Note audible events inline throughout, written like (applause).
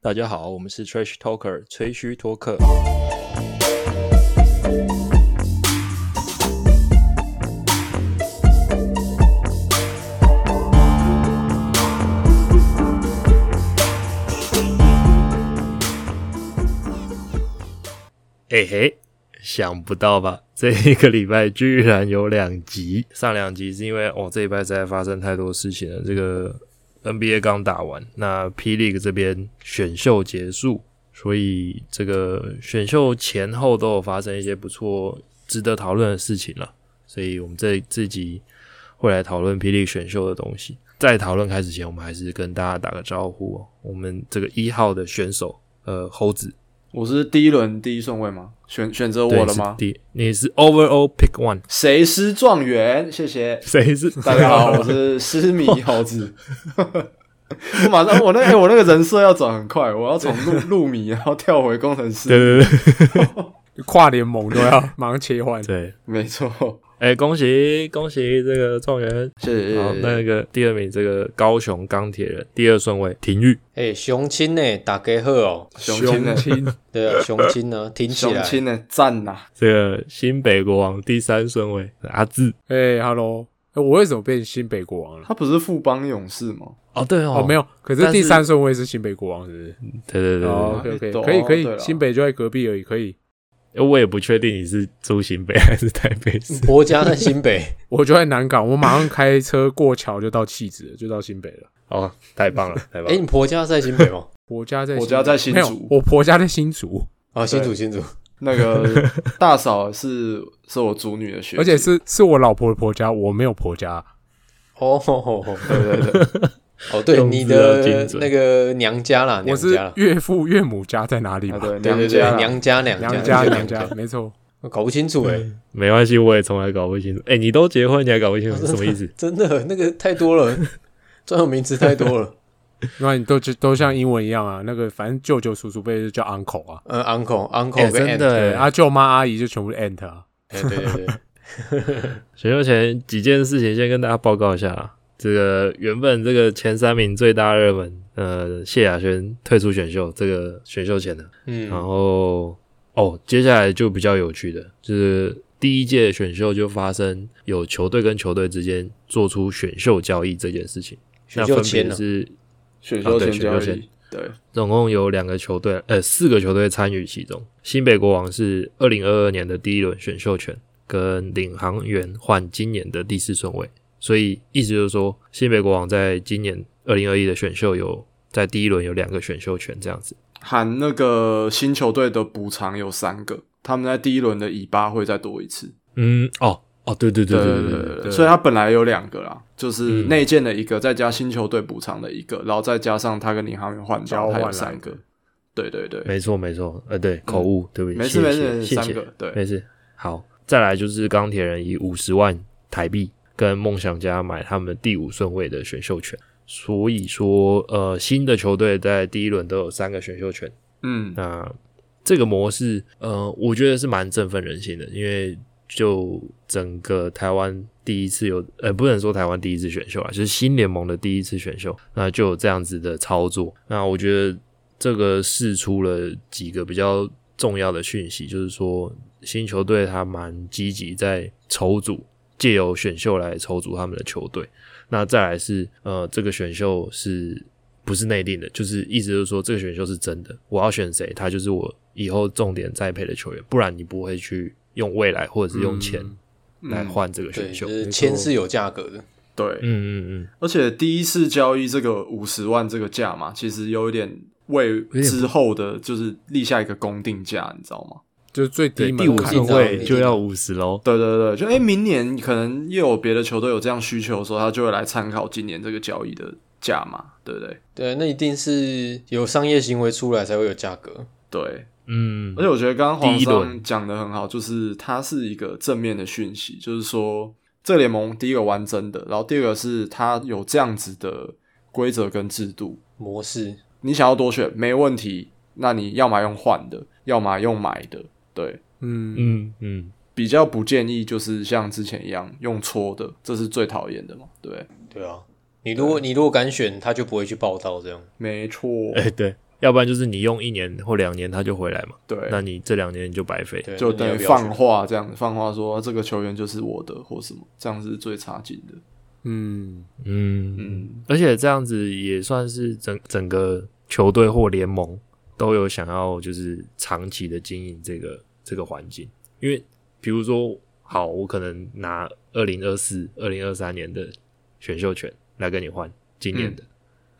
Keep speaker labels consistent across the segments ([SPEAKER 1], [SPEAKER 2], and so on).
[SPEAKER 1] 大家好，我们是 Trash Talker 吹嘘托客。
[SPEAKER 2] 哎、嘿，想不到吧？ (laughs) 这一个礼拜居然有两集。上两集是因为哦，这礼拜实在发生太多事情了。这个 NBA 刚打完，那 P League 这边选秀结束，所以这个选秀前后都有发生一些不错、值得讨论的事情了。所以我们这这集会来讨论 P League 选秀的东西。在讨论开始前，我们还是跟大家打个招呼、哦。我们这个一号的选手，呃，猴子，
[SPEAKER 3] 我是第一轮第一顺位吗？选选择我了吗？
[SPEAKER 2] 对是第你是 overall pick one， (laughs)
[SPEAKER 3] 谁是状元？谢谢
[SPEAKER 2] 谁是？
[SPEAKER 3] 大家好，我是失迷猴子。我马上，我那、欸我那个人设要转很快，我要从路路迷，然后跳回工程
[SPEAKER 2] (laughs) 对
[SPEAKER 3] 师。
[SPEAKER 2] 对对
[SPEAKER 4] 跨联盟都要马上切 (laughs) 换。
[SPEAKER 2] 对，
[SPEAKER 3] 没错，
[SPEAKER 2] 哎、恭喜恭喜这个状元！
[SPEAKER 3] 谢谢。
[SPEAKER 2] 好，那个第二名这个高雄钢铁人，第二顺位廷玉，
[SPEAKER 5] 哎、雄亲呢、打给贺哦，
[SPEAKER 3] 雄青呢？
[SPEAKER 4] 亲，
[SPEAKER 5] 对啊，雄亲呢，挺起
[SPEAKER 3] 雄
[SPEAKER 5] 来，
[SPEAKER 3] 青呢？赞呐！
[SPEAKER 2] 这个新北国王第三顺位阿志。
[SPEAKER 4] (laughs) 哎，Hello，哎我为什么变新北国王了？
[SPEAKER 3] 他不是富邦勇士吗？
[SPEAKER 2] 哦，对哦
[SPEAKER 4] 哦，没有，可
[SPEAKER 2] 但
[SPEAKER 4] 是
[SPEAKER 2] 是
[SPEAKER 4] 第三顺位是新北国王，是不是？
[SPEAKER 2] 对对对对
[SPEAKER 4] 哦
[SPEAKER 2] 对
[SPEAKER 4] ，OK
[SPEAKER 3] 哎
[SPEAKER 4] OK，
[SPEAKER 3] 懂
[SPEAKER 4] 可以可
[SPEAKER 3] 对了
[SPEAKER 4] 以，新北就在隔壁而已，可以，
[SPEAKER 2] 我也不确定你是住新北还是台北
[SPEAKER 5] (laughs)
[SPEAKER 2] 市。
[SPEAKER 5] 婆家在
[SPEAKER 4] (laughs)
[SPEAKER 5] 新北，
[SPEAKER 4] 我就在南港，我马上开车过桥就到汐止了，就到新北了。
[SPEAKER 2] 哦，太棒了，太
[SPEAKER 5] 哎、
[SPEAKER 2] (laughs) 棒了！
[SPEAKER 5] 你婆家在新北吗？
[SPEAKER 4] 我家在
[SPEAKER 3] 我家在新
[SPEAKER 4] 没有
[SPEAKER 3] 竹
[SPEAKER 4] 我婆家在新竹，
[SPEAKER 5] 啊，新竹新竹，
[SPEAKER 3] 那个大嫂是是我祖女的学姐，
[SPEAKER 4] 而且是是我老婆的婆家，我没有婆家。
[SPEAKER 5] 哦吼吼吼
[SPEAKER 3] 对对对，
[SPEAKER 5] (laughs) 哦，对，
[SPEAKER 2] 用字
[SPEAKER 5] 你
[SPEAKER 2] 要精
[SPEAKER 5] 的
[SPEAKER 2] 准
[SPEAKER 5] 那个娘家啦，
[SPEAKER 4] 我
[SPEAKER 5] 娘
[SPEAKER 4] 是
[SPEAKER 5] 家啦，
[SPEAKER 4] 岳父岳母家在哪里
[SPEAKER 3] 啊
[SPEAKER 4] 嘛？
[SPEAKER 3] 对
[SPEAKER 5] 对对
[SPEAKER 3] 娘
[SPEAKER 5] 对，
[SPEAKER 3] 家啦
[SPEAKER 5] 娘家娘
[SPEAKER 4] 娘
[SPEAKER 5] 家
[SPEAKER 4] 家
[SPEAKER 5] 就
[SPEAKER 4] 娘家，没错。
[SPEAKER 5] 我搞不清楚哎、
[SPEAKER 2] 没关系，我也从来搞不清楚。哎、你都结婚，你还搞不清楚是什么意思？
[SPEAKER 5] 真的那个太多了，专有名词太多了，
[SPEAKER 4] 那你都就都像英文一样啊，那个反正舅舅叔叔辈就叫 uncle 啊，
[SPEAKER 5] 嗯，uncle
[SPEAKER 2] 哎、
[SPEAKER 5] uncle 跟 aunt，
[SPEAKER 2] 真的、
[SPEAKER 4] 对，啊舅妈阿姨就全部 aunt 啊。
[SPEAKER 5] 哎对对对，
[SPEAKER 2] 选秀前几件事情先跟大家报告一下啊。这个原本这个前三名最大热门，呃，谢亚轩退出选秀，这个选秀前的。然 (laughs)
[SPEAKER 5] 嗯，
[SPEAKER 2] 后哦，接下来就比较有趣的，就是第一届选秀就发生有球队跟球队之间做出选秀交易这件事情。
[SPEAKER 5] 选
[SPEAKER 2] 那
[SPEAKER 5] 秀
[SPEAKER 2] 分
[SPEAKER 5] 签啊
[SPEAKER 2] 别
[SPEAKER 5] 了，
[SPEAKER 2] 是
[SPEAKER 3] 选
[SPEAKER 2] 啊
[SPEAKER 3] 秀
[SPEAKER 2] 对
[SPEAKER 3] 前
[SPEAKER 2] 选
[SPEAKER 3] 交
[SPEAKER 2] 秀前
[SPEAKER 3] 易，对，
[SPEAKER 2] 总共有两个球队，呃，四个球队参与其中。新北国王是二零二二年的第一轮选秀权，跟领航员换今年的第四顺位，所以意思就是说，新北国王在今年二零二一的选秀有在第一轮有两个选秀权这样子。
[SPEAKER 3] 含那个新球队的补偿有三个，他们在第一轮的尾巴会再多一次。
[SPEAKER 2] 嗯，哦，哦，对对对对对对，
[SPEAKER 3] 所以他本来有两个啦，就是
[SPEAKER 2] 嗯
[SPEAKER 3] 内建的一个，再加新球队补偿的一个，然后再加上他跟领航员换
[SPEAKER 4] 交
[SPEAKER 3] 掉，
[SPEAKER 4] 换
[SPEAKER 3] 他有
[SPEAKER 4] 来
[SPEAKER 3] 三个。对对对，
[SPEAKER 2] 没错没错，呃，对，口误，对不起，
[SPEAKER 3] 没事没
[SPEAKER 2] 谢
[SPEAKER 3] 事，
[SPEAKER 2] 谢
[SPEAKER 3] 三
[SPEAKER 2] 谢谢
[SPEAKER 3] 个。对，
[SPEAKER 2] 没事。好，再来就是钢铁人以五十万台币跟梦想家买他们第五顺位的选秀权。所以说，呃，新的球队在第一轮都有三个选秀权。
[SPEAKER 3] 嗯，
[SPEAKER 2] 那这个模式，呃，我觉得是蛮振奋人心的，因为就整个台湾第一次有，呃，不能说台湾第一次选秀啊，就是新联盟的第一次选秀，那就有这样子的操作。那我觉得这个试出了几个比较重要的讯息，就是说新球队他蛮积极在筹组，借由选秀来筹组他们的球队。那再来是呃，这个选秀是不是内定的？就是意思就是说，这个选秀是真的，我要选谁，他就是我以后重点栽培的球员，不然你不会去用未来或者是用钱来换这个
[SPEAKER 5] 对，
[SPEAKER 2] 选秀
[SPEAKER 5] 就。是签是有价格的，
[SPEAKER 3] 嗯对。
[SPEAKER 2] 嗯嗯嗯，
[SPEAKER 3] 而且第一次交易这个五十万这个价嘛，其实有一点为
[SPEAKER 2] 点
[SPEAKER 3] 之后的就是立下一个公定价，你知道吗？
[SPEAKER 4] 就是最
[SPEAKER 2] 对，
[SPEAKER 4] 低门
[SPEAKER 2] 第五
[SPEAKER 4] 槛
[SPEAKER 2] 顺
[SPEAKER 5] 一
[SPEAKER 2] 位
[SPEAKER 5] 定
[SPEAKER 2] 就要五十喽。
[SPEAKER 3] 对对对，就哎、诶明年可能又有别的球队有这样需求的时候，他就会来参考今年这个交易的价嘛，对不对？
[SPEAKER 5] 对，那一定是有商业行为出来才会有价格，
[SPEAKER 3] 对，
[SPEAKER 2] 嗯
[SPEAKER 3] 而，且我觉得刚刚
[SPEAKER 2] 第
[SPEAKER 3] 黄
[SPEAKER 2] 一
[SPEAKER 3] 上
[SPEAKER 2] 轮
[SPEAKER 3] 讲的很好，就是它是一个正面的讯息，就是说这个联盟第一个玩真的，然后第二个是它有这样子的规则跟制度，
[SPEAKER 5] 模式，
[SPEAKER 3] 你想要多选没问题，那你要么用换的，要么用买的，对，
[SPEAKER 4] 嗯，
[SPEAKER 2] 嗯嗯，
[SPEAKER 3] 比较不建议就是像之前一样用搓的，这是最讨厌的嘛，对不对，
[SPEAKER 5] 对啊，你如果你如果敢选，他就不会去报道这样。
[SPEAKER 3] 没错，
[SPEAKER 2] (laughs) 哎、对，要不然就是你用一年或两年他就回来嘛，那
[SPEAKER 3] 对，
[SPEAKER 2] 你这两年你就白费。
[SPEAKER 5] 对，
[SPEAKER 3] 就
[SPEAKER 5] 那你
[SPEAKER 3] 等
[SPEAKER 5] 要
[SPEAKER 3] 于
[SPEAKER 5] 不要
[SPEAKER 3] 放
[SPEAKER 5] 选
[SPEAKER 3] 话这样，放话说、啊这个球员就是我的或什么，这样是最差劲的。
[SPEAKER 4] 嗯，
[SPEAKER 2] 嗯嗯，
[SPEAKER 3] 嗯，
[SPEAKER 2] 而且这样子也算是整整个球队或联盟都有想要就是长期的经营这个这个环境，因为比如说，好，我可能拿二零二四、二零二三年的选秀权来跟你换今年的，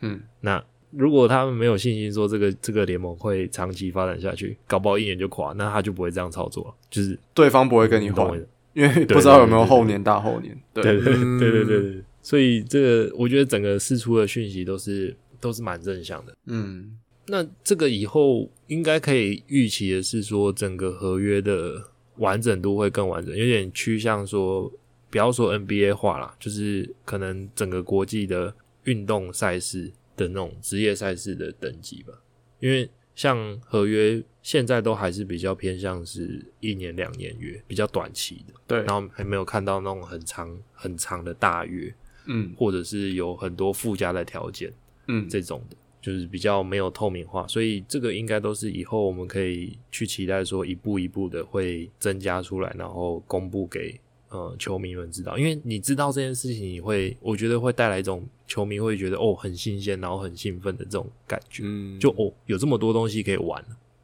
[SPEAKER 3] 嗯，
[SPEAKER 2] 那如果他们没有信心说这个这个联盟会长期发展下去，搞不好一年就垮，那他就不会这样操作了，就是
[SPEAKER 3] 对方不会跟
[SPEAKER 2] 嗯
[SPEAKER 3] 你
[SPEAKER 2] 你懂
[SPEAKER 3] 换
[SPEAKER 2] 我的，
[SPEAKER 3] 因为
[SPEAKER 2] 对
[SPEAKER 3] 不知道有没
[SPEAKER 2] 对
[SPEAKER 3] 有
[SPEAKER 2] 对
[SPEAKER 3] 后年大后年。
[SPEAKER 2] 对
[SPEAKER 3] 对，嗯
[SPEAKER 2] 对对对对对对，所以这个我觉得整个释出的讯息都是都是蛮正向的。
[SPEAKER 3] 嗯，
[SPEAKER 2] 那这个以后应该可以预期的是说，整个合约的完整度会更完整，有点趋向说，不要说 NBA 化啦，就是可能整个国际的运动赛事的那种职业赛事的等级吧。因为像合约现在都还是比较偏向是一年两年约，比较短期的，
[SPEAKER 3] 对
[SPEAKER 2] 然，后还没有看到那种很长很长的大约，
[SPEAKER 3] 嗯
[SPEAKER 2] 或者是有很多附加的条件。
[SPEAKER 3] 嗯，
[SPEAKER 2] 这种的，就是比较没有透明化，所以这个应该都是以后我们可以去期待说一步一步的会增加出来，然后公布给呃球迷们知道，因为你知道这件事情，你会我觉得会带来一种球迷会觉得哦很新鲜，然后很兴奋的这种感觉，
[SPEAKER 4] 嗯
[SPEAKER 2] 就哦有这么多东西可以玩，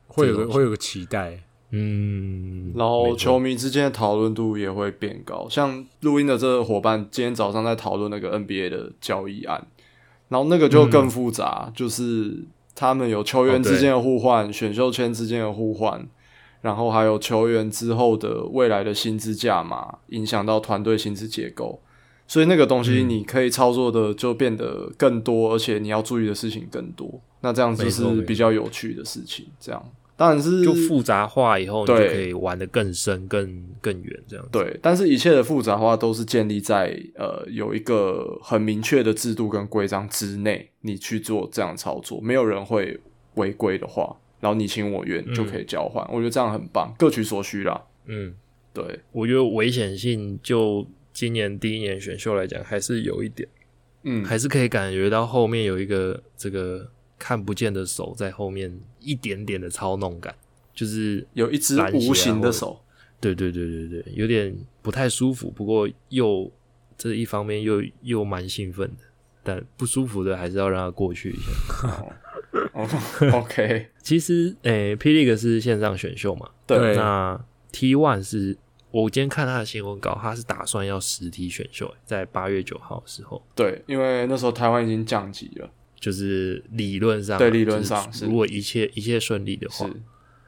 [SPEAKER 4] 会有
[SPEAKER 2] 这
[SPEAKER 4] 个
[SPEAKER 2] 种
[SPEAKER 4] 会有个期待，
[SPEAKER 2] 嗯，
[SPEAKER 3] 然后
[SPEAKER 2] 没错
[SPEAKER 3] 球迷之间的讨论度也会变高。像录音的这个伙伴今天早上在讨论那个 NBA 的交易案，然后那个就更复杂，
[SPEAKER 2] 嗯
[SPEAKER 3] 就是他们有球员
[SPEAKER 2] 哦对
[SPEAKER 3] 之间的互换、选秀圈之间的互换，然后还有球员之后的未来的薪资价码，影响到团队薪资结构。所以那个东西
[SPEAKER 2] 嗯
[SPEAKER 3] 你可以操作的就变得更多，而且你要注意的事情更多。那这样子
[SPEAKER 2] 没错
[SPEAKER 3] 是
[SPEAKER 2] 没
[SPEAKER 3] 比较有趣的事情。这样当然是
[SPEAKER 2] 就复杂化以后，你就
[SPEAKER 3] 对
[SPEAKER 2] 可以玩的更深、更更远这样子。
[SPEAKER 3] 对，但是一切的复杂化都是建立在呃有一个很明确的制度跟规章之内，你去做这样操作，没有人会违规的话，然后你情我愿就可以交
[SPEAKER 4] 嗯
[SPEAKER 3] 换，我觉得这样很棒，各取所需啦。
[SPEAKER 2] 嗯，
[SPEAKER 3] 对，
[SPEAKER 2] 我觉得危险性就今年第一年选秀来讲，还是有一点。
[SPEAKER 3] 嗯，
[SPEAKER 2] 还是可以感觉到后面有一个这个看不见的手在后面一点点的操弄感，就是
[SPEAKER 3] 有一只
[SPEAKER 2] 篮协啊
[SPEAKER 3] 无形的，手，
[SPEAKER 2] 或者对对对对对，有点不太舒服，不过又这一方面又又蛮兴奋的，但不舒服的还是要让它过去一下。
[SPEAKER 3] 哦 (laughs) OK，
[SPEAKER 2] 其实，诶、霹雳 g 是线上选秀嘛，
[SPEAKER 3] 对，
[SPEAKER 4] 对
[SPEAKER 2] 那 T One 是我今天看他的新闻稿，他是打算要实体选秀，在八月九号的时候。
[SPEAKER 3] 对，因为那时候台湾已经降级了，
[SPEAKER 2] 就是理论上啊，
[SPEAKER 3] 对理论上
[SPEAKER 2] 就是是如果一切一切顺利的
[SPEAKER 3] 是
[SPEAKER 2] 话，，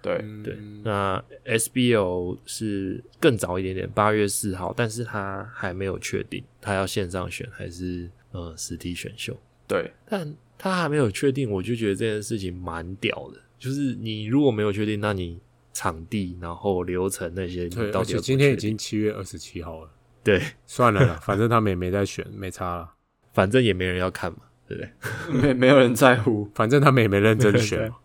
[SPEAKER 3] 对，
[SPEAKER 2] 对。那 SBL 是更早一点点，八月四号，但是他还没有确定他要线上选还是呃实体选秀，
[SPEAKER 3] 对，
[SPEAKER 2] 但他还没有确定，我就觉得这件事情蛮屌的。就是你如果没有确定，那你场地然后流程那些，
[SPEAKER 4] 对，
[SPEAKER 2] 你到
[SPEAKER 4] 而
[SPEAKER 2] 底要
[SPEAKER 4] 且
[SPEAKER 2] 怎
[SPEAKER 4] 今
[SPEAKER 2] 么
[SPEAKER 4] 天
[SPEAKER 2] 确
[SPEAKER 4] 已
[SPEAKER 2] 定？
[SPEAKER 4] 经七月二十七号了，
[SPEAKER 2] 对，
[SPEAKER 4] 算了啦， (laughs) 反正他们也没在选，没差了，
[SPEAKER 2] 反正也没人要看嘛，对不对？
[SPEAKER 3] 没没有人在乎，
[SPEAKER 4] 反正他们也没认真选嘛，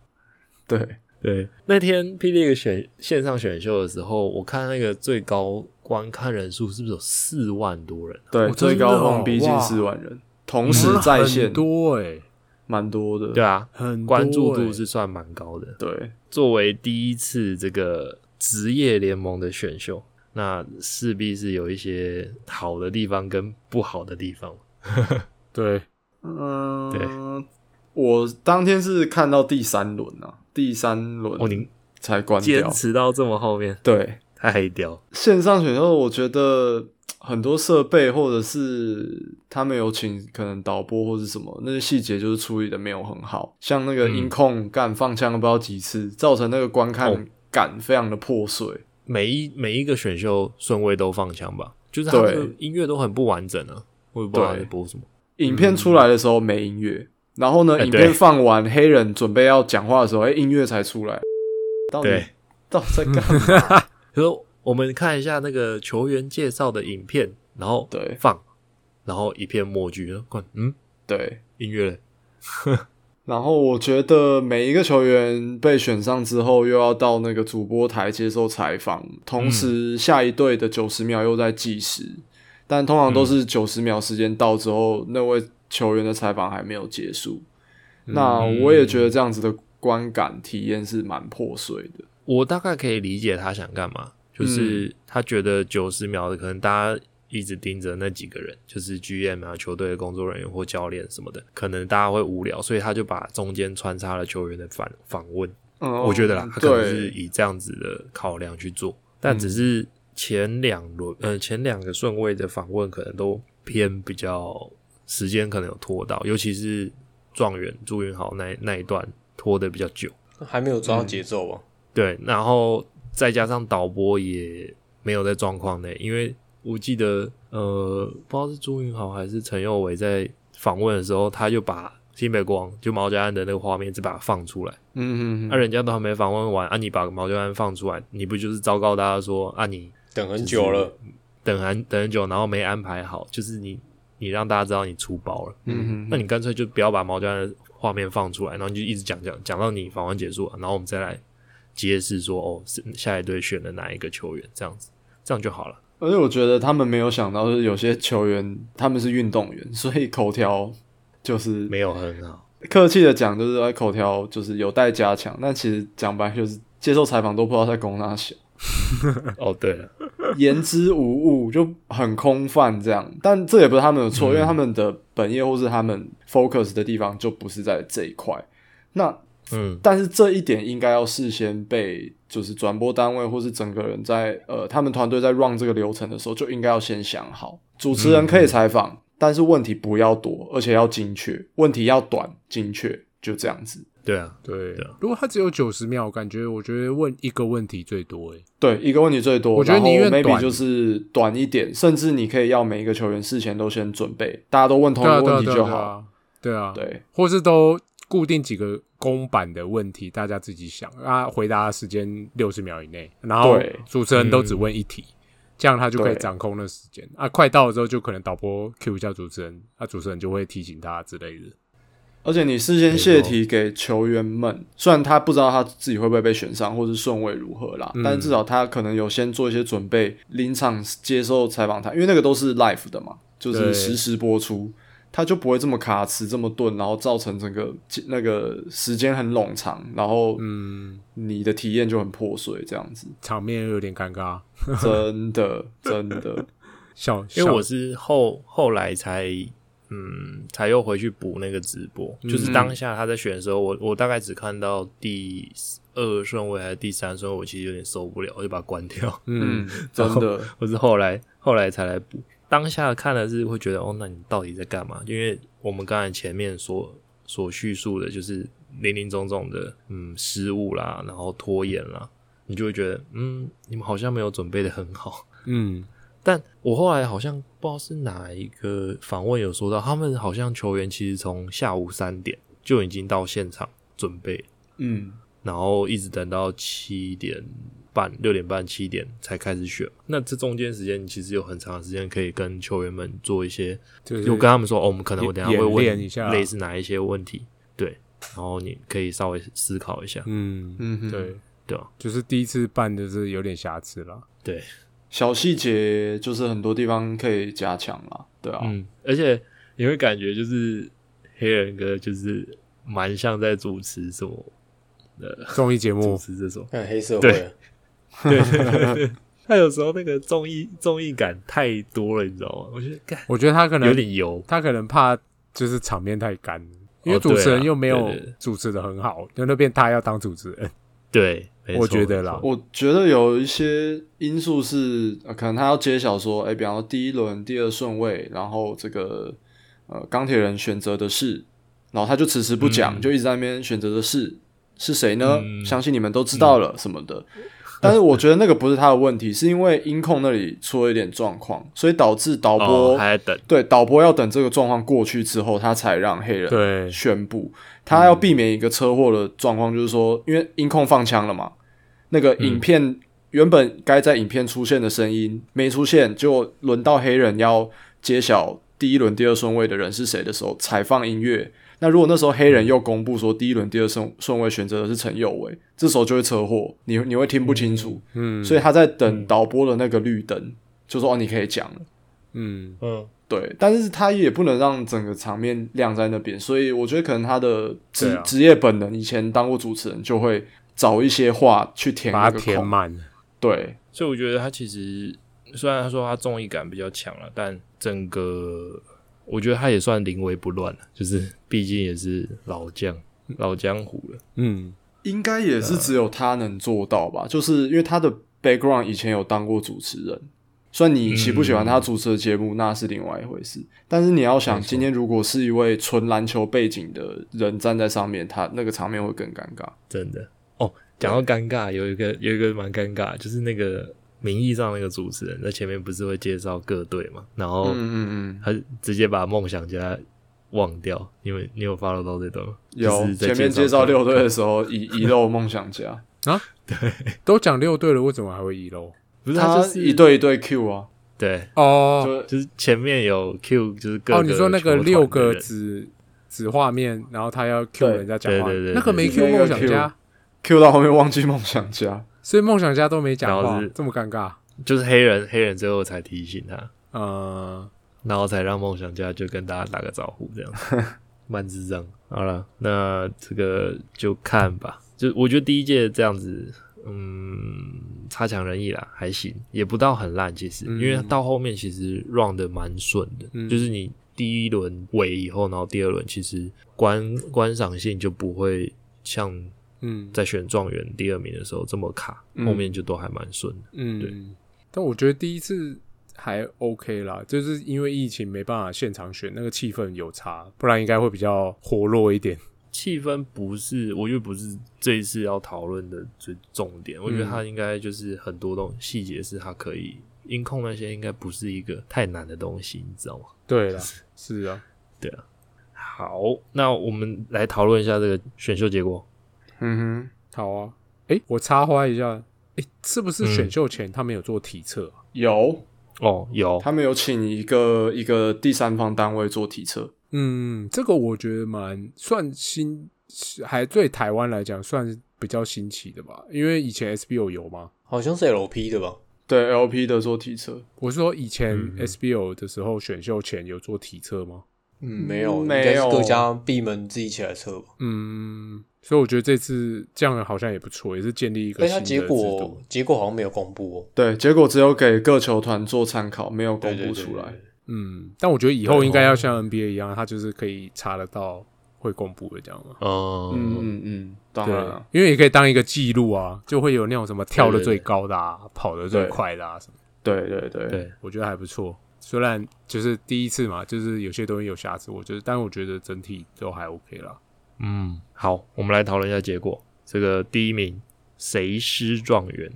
[SPEAKER 3] 对，
[SPEAKER 2] 对，那天霹雳选线上选秀的时候，我看那个最高观看人数是不是有四万多人啊、
[SPEAKER 3] 对，
[SPEAKER 4] 哦
[SPEAKER 3] 最
[SPEAKER 4] 真的
[SPEAKER 3] 高
[SPEAKER 4] 哦
[SPEAKER 3] 峰逼近
[SPEAKER 4] 哇
[SPEAKER 3] 四万人，同时在线
[SPEAKER 4] 很多哎，
[SPEAKER 3] 蛮多的，
[SPEAKER 2] 对啊，
[SPEAKER 4] 很多欸
[SPEAKER 2] 关注度是算蛮高的。
[SPEAKER 3] 对，
[SPEAKER 2] 作为第一次这个职业联盟的选秀，那势必是有一些好的地方跟不好的地方。
[SPEAKER 4] 对，
[SPEAKER 3] 嗯，
[SPEAKER 2] 对
[SPEAKER 3] 我当天是看到第三轮啊，第三
[SPEAKER 2] 哦，
[SPEAKER 3] 轮
[SPEAKER 2] 你
[SPEAKER 3] 才关
[SPEAKER 2] 坚
[SPEAKER 3] 掉。
[SPEAKER 2] 持到这么后面，
[SPEAKER 3] 对，
[SPEAKER 2] 太屌！
[SPEAKER 3] 线上选秀，我觉得很多设备或者是他们有请可能导播或是什么，那些细节就是处理的没有很好，像那个
[SPEAKER 2] 嗯
[SPEAKER 3] 音控干放枪不知道几次，造成那个观看
[SPEAKER 2] 哦
[SPEAKER 3] 感非常的破碎。
[SPEAKER 2] 每一每一个选秀顺位都放枪吧，就是他那个
[SPEAKER 3] 对
[SPEAKER 2] 音乐都很不完整啊，我也不知道他在
[SPEAKER 3] 对
[SPEAKER 2] 播什么。
[SPEAKER 3] 影片出来的时候没音乐，然后呢，
[SPEAKER 2] 哎
[SPEAKER 3] 影
[SPEAKER 2] 对
[SPEAKER 3] 片放完，黑人准备要讲话的时候，哎，音乐才出来，到底
[SPEAKER 2] 对
[SPEAKER 3] 到底在干
[SPEAKER 2] (laughs)
[SPEAKER 3] 嘛？
[SPEAKER 2] 可是我们看一下那个球员介绍的影片，然后
[SPEAKER 3] 对
[SPEAKER 2] 放，然后一片默剧，然后嗯，
[SPEAKER 3] 对。
[SPEAKER 2] 音乐嘞
[SPEAKER 3] 然后我觉得每一个球员被选上之后，又要到那个主播台接受采访，同
[SPEAKER 2] 嗯
[SPEAKER 3] 时下一队的九十秒又在计时，但通常都
[SPEAKER 2] 嗯
[SPEAKER 3] 是九十秒时间到
[SPEAKER 2] 嗯
[SPEAKER 3] 之后，那位球员的采访还没有结束。那我也觉得这样子的观感体验是蛮破碎的。
[SPEAKER 2] 我大概可以理解他想干嘛，就是他觉得九十秒的可能大家一直盯着那几个人，就是 GM 啊、球队的工作人员或教练什么的，可能大家会无聊，所以他就把中间穿插了球员的反访问。
[SPEAKER 3] 嗯，
[SPEAKER 2] 我觉得啦，他可能是
[SPEAKER 3] 对，
[SPEAKER 2] 以这样子的考量去做，但只是前两轮，呃，前两个顺位的访问可能都偏比较时间可能有拖到，尤其是状元朱云豪那那一段拖的比较久。
[SPEAKER 5] 还没有抓到节奏啊吧？
[SPEAKER 2] 对，然后再加上导播也没有在状况内，因为我记得呃，不知道是朱云豪还是陈佑伟在访问的时候，他就把新北光就毛家安的那个画面只把它放出来，啊
[SPEAKER 3] 嗯嗯
[SPEAKER 2] 那、人家都还没访问完，啊，你把毛家安放出来，你不就是昭告大家说啊，你
[SPEAKER 5] 等很久了，
[SPEAKER 2] 等很等很久，然后没安排好，就是你你让大家知道你出包了，
[SPEAKER 3] 嗯
[SPEAKER 2] 那你干脆就不要把毛家安的画面放出来，然后你就一直讲讲讲到你访问结束，然后我们再来揭示说哦，是下一队选了哪一个球员，这样子，这样就好了。
[SPEAKER 3] 而且我觉得他们没有想到，就是有些球员他们是运动员，所以口条就是
[SPEAKER 2] 没有很好，
[SPEAKER 3] 客气的讲，就是哎口条就是有待加强。但其实讲白就是接受采访都不知道在攻哪小，
[SPEAKER 2] 哦对了，
[SPEAKER 3] 言之无物，就很空泛这样。但这也不是他们的错，因为他们的本业或是他们 focus 的地方就不是在这一块。那
[SPEAKER 2] 嗯，
[SPEAKER 3] 但是这一点应该要事先被就是转播单位或是整个人在呃他们团队在 run 这个流程的时候就应该要先想好，主持人可以采访，但是问题不要多，而且要精确，问题要短精确，就这样子。
[SPEAKER 2] 对啊，
[SPEAKER 4] 对
[SPEAKER 2] 对啊，
[SPEAKER 4] 如果他只有九十秒，感觉我觉得问一个问题最多欸诶、
[SPEAKER 3] 对，一个问题最多，
[SPEAKER 4] 我觉得
[SPEAKER 3] 然后
[SPEAKER 4] 宁愿
[SPEAKER 3] maybe
[SPEAKER 4] 短
[SPEAKER 3] 就是短一点，甚至你可以要每一个球员事前都先准备，大家都问同
[SPEAKER 2] 哦
[SPEAKER 3] 一
[SPEAKER 4] 对啊
[SPEAKER 3] 个
[SPEAKER 4] 对啊
[SPEAKER 3] 问题
[SPEAKER 4] 对
[SPEAKER 3] 就
[SPEAKER 4] 啊对
[SPEAKER 3] 好。
[SPEAKER 4] 啊，对啊，
[SPEAKER 3] 对，
[SPEAKER 4] 或是都固定几个公版的问题，大家自己想啊，回答时间六十秒以内，然后
[SPEAKER 3] 对
[SPEAKER 4] 主持人都只问一题，
[SPEAKER 2] 嗯
[SPEAKER 4] 这样他就可以
[SPEAKER 3] 对
[SPEAKER 4] 掌控那时间啊。快到了之后，就可能导播 Q 一下主持人，啊，主持人就会提醒他之类的。
[SPEAKER 3] 而且你事先泄题给球员们，虽然他不知道他自己会不会被选上，或是顺位如何
[SPEAKER 4] 嗯
[SPEAKER 3] 啦，但至少他可能有先做一些准备，临场接受采访谈，因为那个都是 live 的嘛，就是
[SPEAKER 4] 对
[SPEAKER 3] 实时播出，他就不会这么卡词、这么钝，然后造成整个那个时间很冗长，然后嗯，你的体验就很破碎，这样子，
[SPEAKER 4] 场面有点尴尬，
[SPEAKER 3] (laughs) 真的真的，
[SPEAKER 4] 笑，
[SPEAKER 2] 因为
[SPEAKER 4] 笑
[SPEAKER 2] 我是后后来才嗯才又回去补那个直播，就是当下他在选的时候，我我大概只看到第二顺位还是第三顺位，我其实有点受不了，我就把它关掉。
[SPEAKER 3] 嗯，真的，
[SPEAKER 2] 我是后来后来才来补，当下看的是会觉得哦，那你到底在干嘛？因为我们刚才前面所所叙述的就是林林总总的嗯失误啦，然后拖延啦，你就会觉得嗯，你们好像没有准备的很好。 (laughs)
[SPEAKER 4] 嗯，
[SPEAKER 2] 但我后来好像不知道是哪一个访问有说到，他们好像球员其实从下午三点就已经到现场准备，
[SPEAKER 3] 嗯，
[SPEAKER 2] 然后一直等到七点半、六点半、七点才开始选。那这中间时间，你其实有很长的时间可以跟球员们做一些，
[SPEAKER 4] 就是
[SPEAKER 2] 就跟他们说，哦，我们可能我等一下会
[SPEAKER 4] 演练一下
[SPEAKER 2] 问类似哪一些问题，对，然后你可以稍微思考一下，
[SPEAKER 4] 嗯
[SPEAKER 3] 嗯哼
[SPEAKER 4] 对，
[SPEAKER 2] 对吧？
[SPEAKER 4] 就是第一次办就是有点瑕疵了。
[SPEAKER 2] 对，
[SPEAKER 3] 小细节就是很多地方可以加强啦，对啊，
[SPEAKER 2] 嗯，而且你会感觉就是黑人哥就是蛮像在主持什么的，
[SPEAKER 4] 综艺节
[SPEAKER 2] (laughs) 主
[SPEAKER 4] 目，
[SPEAKER 2] 持这
[SPEAKER 4] (laughs)
[SPEAKER 2] 种，
[SPEAKER 5] 看黑社
[SPEAKER 2] 对
[SPEAKER 5] 会啊，
[SPEAKER 2] 对对 (laughs) 对，他有时候那个综艺综艺感太多了，你知道吗？我觉得干
[SPEAKER 4] 我觉得他可能
[SPEAKER 2] 有点油，
[SPEAKER 4] 他可能怕就是场面太干了，因为
[SPEAKER 2] 哦
[SPEAKER 4] 主持
[SPEAKER 2] 对
[SPEAKER 4] 人
[SPEAKER 2] 啊
[SPEAKER 4] 又没有
[SPEAKER 2] 对对对
[SPEAKER 4] 主持的很好，就那边他要当主持
[SPEAKER 2] (laughs)
[SPEAKER 4] 人，
[SPEAKER 2] 对，没
[SPEAKER 4] 我
[SPEAKER 2] 错
[SPEAKER 4] 觉得啦
[SPEAKER 2] 没错
[SPEAKER 3] 我觉得有一些因素是，呃可能他要揭晓说，哎、比方说第一轮第二顺位，然后这个呃钢铁人选择的是，然后他就迟迟不讲，
[SPEAKER 2] 嗯
[SPEAKER 3] 就一直在那边选择的是是谁呢？
[SPEAKER 2] 嗯
[SPEAKER 3] 相信你们都知道了、什么的。但是我觉得那个不是他的问题，是因为音控那里出了一点状况，所以导致导播、
[SPEAKER 2] 哦还在等，
[SPEAKER 3] 对导播要等这个状况过去之后，他才让黑人
[SPEAKER 4] 对，嗯
[SPEAKER 3] 宣布，他要避免一个车祸的状况，就是说，因为音控放枪了嘛，那个
[SPEAKER 4] 嗯
[SPEAKER 3] 影片、原本该在影片出现的声音没出现，就轮到黑人要揭晓第一轮第二顺位的人是谁的时候才放音乐。那如果那时候黑
[SPEAKER 4] 嗯
[SPEAKER 3] 人又公布说第一轮第二顺顺位选择的是陈佑伟，这时候就会车祸，你你会听不清楚，
[SPEAKER 4] 嗯
[SPEAKER 3] 所以他在等导播的那个绿灯，就说哦你可以讲了。
[SPEAKER 4] 嗯，
[SPEAKER 2] 嗯，
[SPEAKER 3] 对，但是他也不能让整个场面晾在那边，所以我觉得可能他的职
[SPEAKER 4] 对啊
[SPEAKER 3] 职、业本能，以前当过主持人就会找一些话去填
[SPEAKER 4] 把
[SPEAKER 3] 那
[SPEAKER 4] 它
[SPEAKER 3] 个
[SPEAKER 4] 填
[SPEAKER 3] 空。
[SPEAKER 4] 满。
[SPEAKER 3] 对，
[SPEAKER 2] 所以我觉得他其实虽然他说他综艺感比较强了，但整个我觉得他也算临危不乱了，就是毕竟也是老将老江湖了。
[SPEAKER 4] 嗯，
[SPEAKER 3] 应该也是只有他能做到吧，就是因为他的 background 以前有当过主持人，虽然你喜不喜欢他主持的节目、那是另外一回事，但是你要想，今天如果是一位纯篮球背景的人站在上面，他那个场面会更尴尬。
[SPEAKER 2] 真的哦。讲到尴尬，有一个有一个蛮尴尬，就是那个名义上那个主持人在前面不是会介绍各队嘛，然后
[SPEAKER 3] 嗯嗯嗯，
[SPEAKER 2] 他直接把梦想家忘掉，因为你有 follow 到这段吗？就
[SPEAKER 3] 有
[SPEAKER 2] 是在
[SPEAKER 3] 前面介绍
[SPEAKER 2] 各
[SPEAKER 3] 六队的时候遗遗漏梦想家，
[SPEAKER 4] 都讲六队了，为什么还会遗漏？
[SPEAKER 2] 不是
[SPEAKER 3] 他
[SPEAKER 2] 就是
[SPEAKER 3] 一对一对 Q 啊，
[SPEAKER 2] 对，
[SPEAKER 4] 哦
[SPEAKER 3] 就
[SPEAKER 2] 就是前面有 Q，就是各
[SPEAKER 4] 哦，你说那
[SPEAKER 2] 球团
[SPEAKER 4] 个
[SPEAKER 2] 的
[SPEAKER 4] 六个
[SPEAKER 2] 人
[SPEAKER 4] 子子画面，然后他要 Q
[SPEAKER 3] 对
[SPEAKER 4] 人家讲话
[SPEAKER 2] 对对，对
[SPEAKER 4] 那个没
[SPEAKER 3] 对
[SPEAKER 4] Q
[SPEAKER 3] 对
[SPEAKER 4] 梦想家，
[SPEAKER 3] Q 到后面忘记梦想家，
[SPEAKER 4] 所以梦想家都没讲
[SPEAKER 2] 然后
[SPEAKER 4] 话
[SPEAKER 2] 是，
[SPEAKER 4] 这么尴尬。
[SPEAKER 2] 就是黑人，黑人最后才提醒他，
[SPEAKER 4] 呃，
[SPEAKER 2] 然后才让梦想家就跟大家打个招呼，这样
[SPEAKER 4] (laughs)
[SPEAKER 2] 蛮智障。好了，那这个就看吧。就我觉得第一届这样子，嗯，差强人意啦，还行，也不到很烂。其实，
[SPEAKER 4] 嗯
[SPEAKER 2] 因为到后面其实 run 的蛮顺的，
[SPEAKER 4] 嗯
[SPEAKER 2] 就是你第一轮尾以后，然后第二轮其实观观赏性就不会像
[SPEAKER 4] 嗯
[SPEAKER 2] 在选状元第二名的时候这么卡，
[SPEAKER 3] 嗯
[SPEAKER 2] 后面就都还蛮顺的。
[SPEAKER 4] 嗯，但我觉得第一次还 OK 啦，就是因为疫情没办法现场选，那个气氛有差，不然应该会比较活络一点。
[SPEAKER 2] 气氛不是，我觉得不是这一次要讨论的最重点。我觉
[SPEAKER 3] 嗯
[SPEAKER 2] 得它应该就是很多东细节是它可以音控那些，应该不是一个太难的东西，你知道吗？
[SPEAKER 4] 对啦，是啊，
[SPEAKER 2] 好，那我们来讨论一下这个选秀结果。
[SPEAKER 3] 嗯
[SPEAKER 4] 好啊。嗯诶，我插花一下，诶，是不是选秀前他们有做体测
[SPEAKER 3] 哼，
[SPEAKER 4] 啊？
[SPEAKER 3] 有
[SPEAKER 2] 哦，有，
[SPEAKER 3] 他们有请一个一个第三方单位做体测，
[SPEAKER 4] 嗯，这个我觉得蛮算新，还对台湾来讲算比较新奇的吧，因为以前 SBO 有吗？
[SPEAKER 5] 好像是 LP 的吧？
[SPEAKER 3] 对 LP 的做体测，
[SPEAKER 4] 我是说以前
[SPEAKER 2] 嗯
[SPEAKER 4] SBO 的时候选秀前有做体测吗？
[SPEAKER 5] 嗯，没有，应
[SPEAKER 3] 没
[SPEAKER 5] 该是
[SPEAKER 3] 有
[SPEAKER 5] 各家闭门自己起来测吧。
[SPEAKER 4] 嗯，所以我觉得这次这样好像也不错，也是建立一个
[SPEAKER 5] 但
[SPEAKER 4] 新
[SPEAKER 5] 它
[SPEAKER 4] 的制
[SPEAKER 5] 哎结
[SPEAKER 4] 度
[SPEAKER 5] 果。结果好像没有公布哦。
[SPEAKER 3] 对，结果只有给各球团做参考，没有
[SPEAKER 5] 对
[SPEAKER 3] 公
[SPEAKER 5] 对
[SPEAKER 3] 布
[SPEAKER 5] 对
[SPEAKER 3] 出来。
[SPEAKER 5] 对
[SPEAKER 4] 嗯，但我觉得以后应该要像 NBA 一样，它就是可以查得到会公布的这样嘛。
[SPEAKER 3] 嗯
[SPEAKER 2] 嗯，
[SPEAKER 3] 嗯嗯，当
[SPEAKER 4] 对
[SPEAKER 3] 然了，，
[SPEAKER 4] 因为也可以当一个记录啊，就会有那种什么跳的最高的啊，跑的最快的啊什么，
[SPEAKER 3] 对对对
[SPEAKER 2] 对，
[SPEAKER 4] 我觉得还不错。虽然就是第一次嘛，就是有些东西有瑕疵，我觉得，但我觉得整体都还 OK 啦。
[SPEAKER 2] 嗯，好，我们来讨论一下结果。这个第一名谁失状元？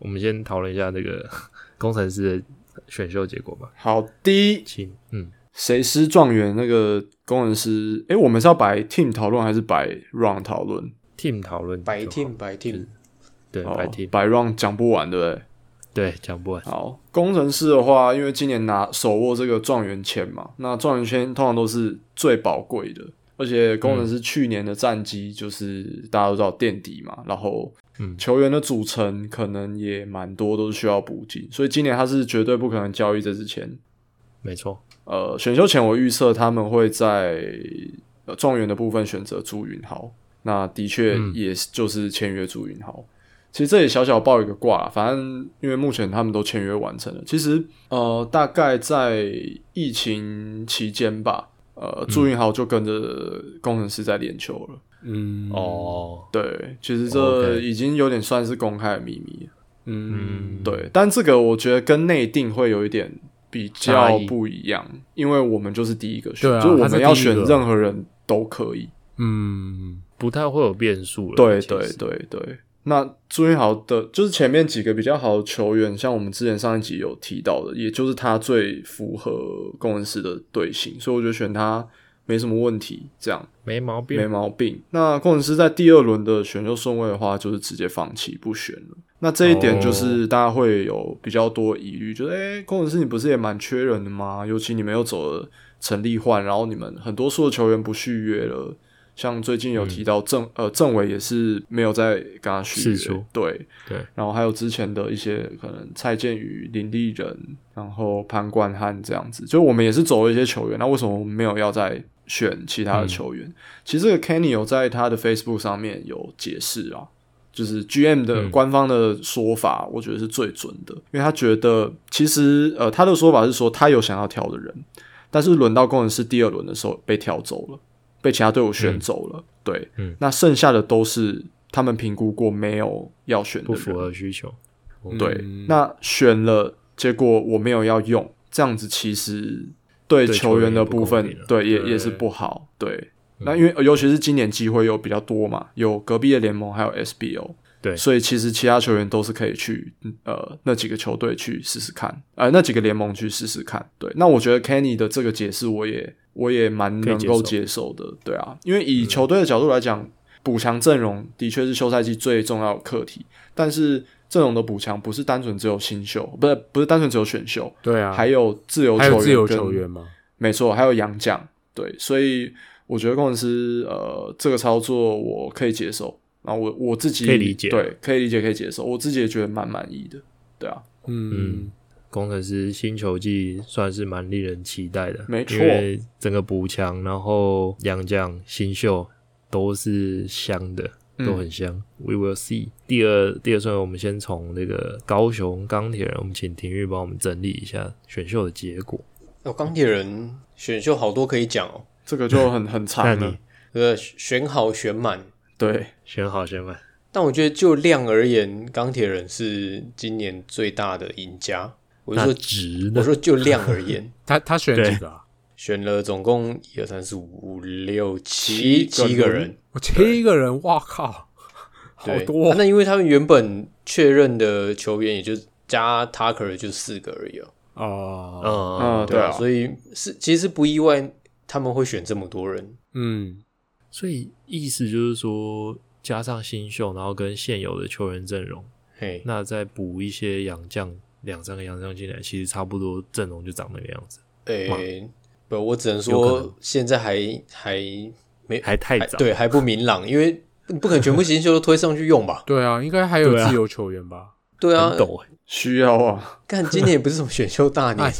[SPEAKER 2] 我们先讨论一下这个 (laughs) 工程师的选秀结果吧。
[SPEAKER 3] 好，第一，
[SPEAKER 2] 请，嗯，
[SPEAKER 3] 谁失状元那个工程师？诶，我们是要白 team 讨论还是白 round 讨论？
[SPEAKER 2] team 讨论就好，
[SPEAKER 5] 白 team 白 team，
[SPEAKER 2] 对
[SPEAKER 3] 哦
[SPEAKER 2] 白 team
[SPEAKER 3] 白 round 讲不完，对不对？
[SPEAKER 2] 对讲不完。
[SPEAKER 3] 好，工程师的话，因为今年拿手握这个状元签嘛，那状元签通常都是最宝贵的，而且工程师去年的战绩就是、大家都知道垫底嘛，然后
[SPEAKER 2] 嗯
[SPEAKER 3] 球员的组成可能也蛮多都是需要补进，所以今年他是绝对不可能交易这支签。
[SPEAKER 2] 没错，
[SPEAKER 3] 呃，选秀前我预测他们会在呃状元的部分选择朱云豪，那的确
[SPEAKER 2] 嗯
[SPEAKER 3] 也是就是签约朱云豪。其实这也小小报一个卦啦，反正因为目前他们都签约完成了。其实呃，大概在疫情期间吧，呃，朱
[SPEAKER 2] 嗯
[SPEAKER 3] 云豪就跟着工程师在练球了。
[SPEAKER 4] 嗯，，
[SPEAKER 2] 哦，
[SPEAKER 3] 对，其实
[SPEAKER 2] 哦
[SPEAKER 3] 这
[SPEAKER 2] ，OK
[SPEAKER 3] 已经有点算是公开的秘密了。
[SPEAKER 4] 嗯，
[SPEAKER 2] 嗯，
[SPEAKER 3] 对，但这个我觉得跟内定会有一点比
[SPEAKER 2] 差
[SPEAKER 3] 较
[SPEAKER 2] 异
[SPEAKER 3] 不一样，因为我们就是第一个选，
[SPEAKER 4] 对啊
[SPEAKER 3] 就是我
[SPEAKER 4] 他是
[SPEAKER 3] 们要
[SPEAKER 4] 第一
[SPEAKER 3] 选
[SPEAKER 4] 个
[SPEAKER 3] 任何人都可以。
[SPEAKER 4] 嗯，
[SPEAKER 2] 不太会有变数了。
[SPEAKER 3] 对
[SPEAKER 2] 其实
[SPEAKER 3] 对，对对。那朱云豪的，就是前面几个比较好的球员，像我们之前上一集有提到的，也就是他最符合工程师的队形，所以我觉得选他没什么问题。这样
[SPEAKER 2] 没毛病。
[SPEAKER 3] 没毛病。那工程师在第二轮的选秀顺位的话，就是直接放弃不选了。那这一点就是大家会有比较多疑虑，就是诶、工程师你不是也蛮缺人的吗？尤其你们又走了陈立焕，然后你们很多数的球员不续约了，像最近有提到政、呃政委也是没有在跟他续
[SPEAKER 2] 释
[SPEAKER 3] 约
[SPEAKER 2] 出，
[SPEAKER 3] 对
[SPEAKER 2] 对，
[SPEAKER 3] 然后还有之前的一些可能蔡健宇、林立人，然后潘冠汉这样子，就我们也是走了一些球员，那为什么我们没有要再选其他的球员？其实这个 Kenny 有在他的 Facebook 上面有解释啊，就是 GM 的
[SPEAKER 2] 嗯
[SPEAKER 3] 官方的说法，我觉得是最准的，因为他觉得其实呃，他的说法是说他有想要挑的人，但是轮到工程师第二轮的时候被挑走了，被其他队伍选走了，对，
[SPEAKER 2] 嗯
[SPEAKER 3] 那剩下的都是他们评估过没有要选的
[SPEAKER 2] 不
[SPEAKER 3] 人，
[SPEAKER 2] 符合需求。
[SPEAKER 3] 对，
[SPEAKER 4] 嗯
[SPEAKER 3] 那选了，结果我没有要用，这样子其实对
[SPEAKER 2] 对
[SPEAKER 3] 球
[SPEAKER 2] 球
[SPEAKER 3] 员
[SPEAKER 2] 员
[SPEAKER 3] 的
[SPEAKER 2] 也不
[SPEAKER 3] 部分
[SPEAKER 2] 公平，啊嗯
[SPEAKER 3] 对也
[SPEAKER 4] 对
[SPEAKER 3] 也是不好。对，那因为尤其是今年机会又比较多嘛，有隔壁的联盟，还有 SBO，
[SPEAKER 2] 对
[SPEAKER 3] 所以其实其他球员都是可以去呃那几个球队去试试看，呃那几个联盟去试试看。对，那我觉得 Kenny 的这个解释，我也我也蛮
[SPEAKER 2] 可以
[SPEAKER 3] 能
[SPEAKER 2] 接
[SPEAKER 3] 够
[SPEAKER 2] 受
[SPEAKER 3] 接受的，对啊，因为
[SPEAKER 4] 嗯
[SPEAKER 3] 以球队的角度来讲。补强阵容的确是休赛季最重要的课题，但是阵容的补强不是单纯只有新秀，不是不是单纯只有选秀，
[SPEAKER 4] 对啊，
[SPEAKER 3] 还有自由球
[SPEAKER 4] 还
[SPEAKER 3] 员
[SPEAKER 4] 有
[SPEAKER 3] 跟，
[SPEAKER 4] 自由球员嘛，
[SPEAKER 3] 没错，还有洋将，对，所以我觉得工程师呃这个操作我可以接受，然后我我自己
[SPEAKER 2] 可以理解
[SPEAKER 3] 对，可以理解，可以接受，我自己也觉得蛮满意的，对啊，
[SPEAKER 4] 嗯
[SPEAKER 2] 嗯，工程师新球季算是蛮令人期待的，
[SPEAKER 3] 没错
[SPEAKER 2] 因为整个补强，然后洋将、新秀都是香的，
[SPEAKER 3] 嗯
[SPEAKER 2] 都很香。We will see。第二第二顺位，我们先从那个高雄钢铁人，我们请廷玉帮我们整理一下选秀的结果。
[SPEAKER 5] 哦，钢铁人选秀好多可以讲哦，
[SPEAKER 3] 这个就很很
[SPEAKER 2] (laughs)
[SPEAKER 3] 长
[SPEAKER 2] 那
[SPEAKER 3] 了
[SPEAKER 2] 你，
[SPEAKER 5] 呃，选好选满。
[SPEAKER 3] 对，
[SPEAKER 2] 选好选满，
[SPEAKER 5] 但我觉得就量而言，钢铁人是今年最大的赢家。我就
[SPEAKER 2] 那
[SPEAKER 5] 说，
[SPEAKER 2] 值
[SPEAKER 5] 我
[SPEAKER 2] 呢？
[SPEAKER 5] 说就量而言，
[SPEAKER 4] 他他选
[SPEAKER 2] 对
[SPEAKER 4] 几个啊？
[SPEAKER 5] 选了总共一二三四五五六七
[SPEAKER 3] 七个
[SPEAKER 5] 七个
[SPEAKER 3] 人
[SPEAKER 5] 人，
[SPEAKER 4] 我七个人，哇靠，好
[SPEAKER 5] 对
[SPEAKER 4] 多哦
[SPEAKER 5] 啊那因为他们原本确认的球员也就加 Tucker 就四个而已哦。
[SPEAKER 4] 哦，
[SPEAKER 2] 嗯，
[SPEAKER 3] 嗯对啊
[SPEAKER 5] 所以是其实不意外他们会选这么多人。
[SPEAKER 4] 嗯，？
[SPEAKER 2] 所以意思就是说，加上新秀，然后跟现有的球员阵容，
[SPEAKER 5] 嘿，
[SPEAKER 2] 那再补一些洋将，两三个洋将进来，其实差不多阵容就长那个样子，
[SPEAKER 5] 诶、
[SPEAKER 2] 哇
[SPEAKER 5] 不，我只能
[SPEAKER 2] 有可
[SPEAKER 5] 说
[SPEAKER 2] 能
[SPEAKER 5] 现在还还没
[SPEAKER 2] 还太
[SPEAKER 5] 还
[SPEAKER 2] 早。
[SPEAKER 5] 对还啊不明朗，因为不不可能全部新秀都推上去用吧
[SPEAKER 4] 对啊，应该还有
[SPEAKER 2] 对啊
[SPEAKER 4] 自由球员吧？
[SPEAKER 5] 对啊
[SPEAKER 2] 很，陡、欸，
[SPEAKER 3] 需要啊，
[SPEAKER 5] 看今年也不是什么选秀大年
[SPEAKER 4] 哎，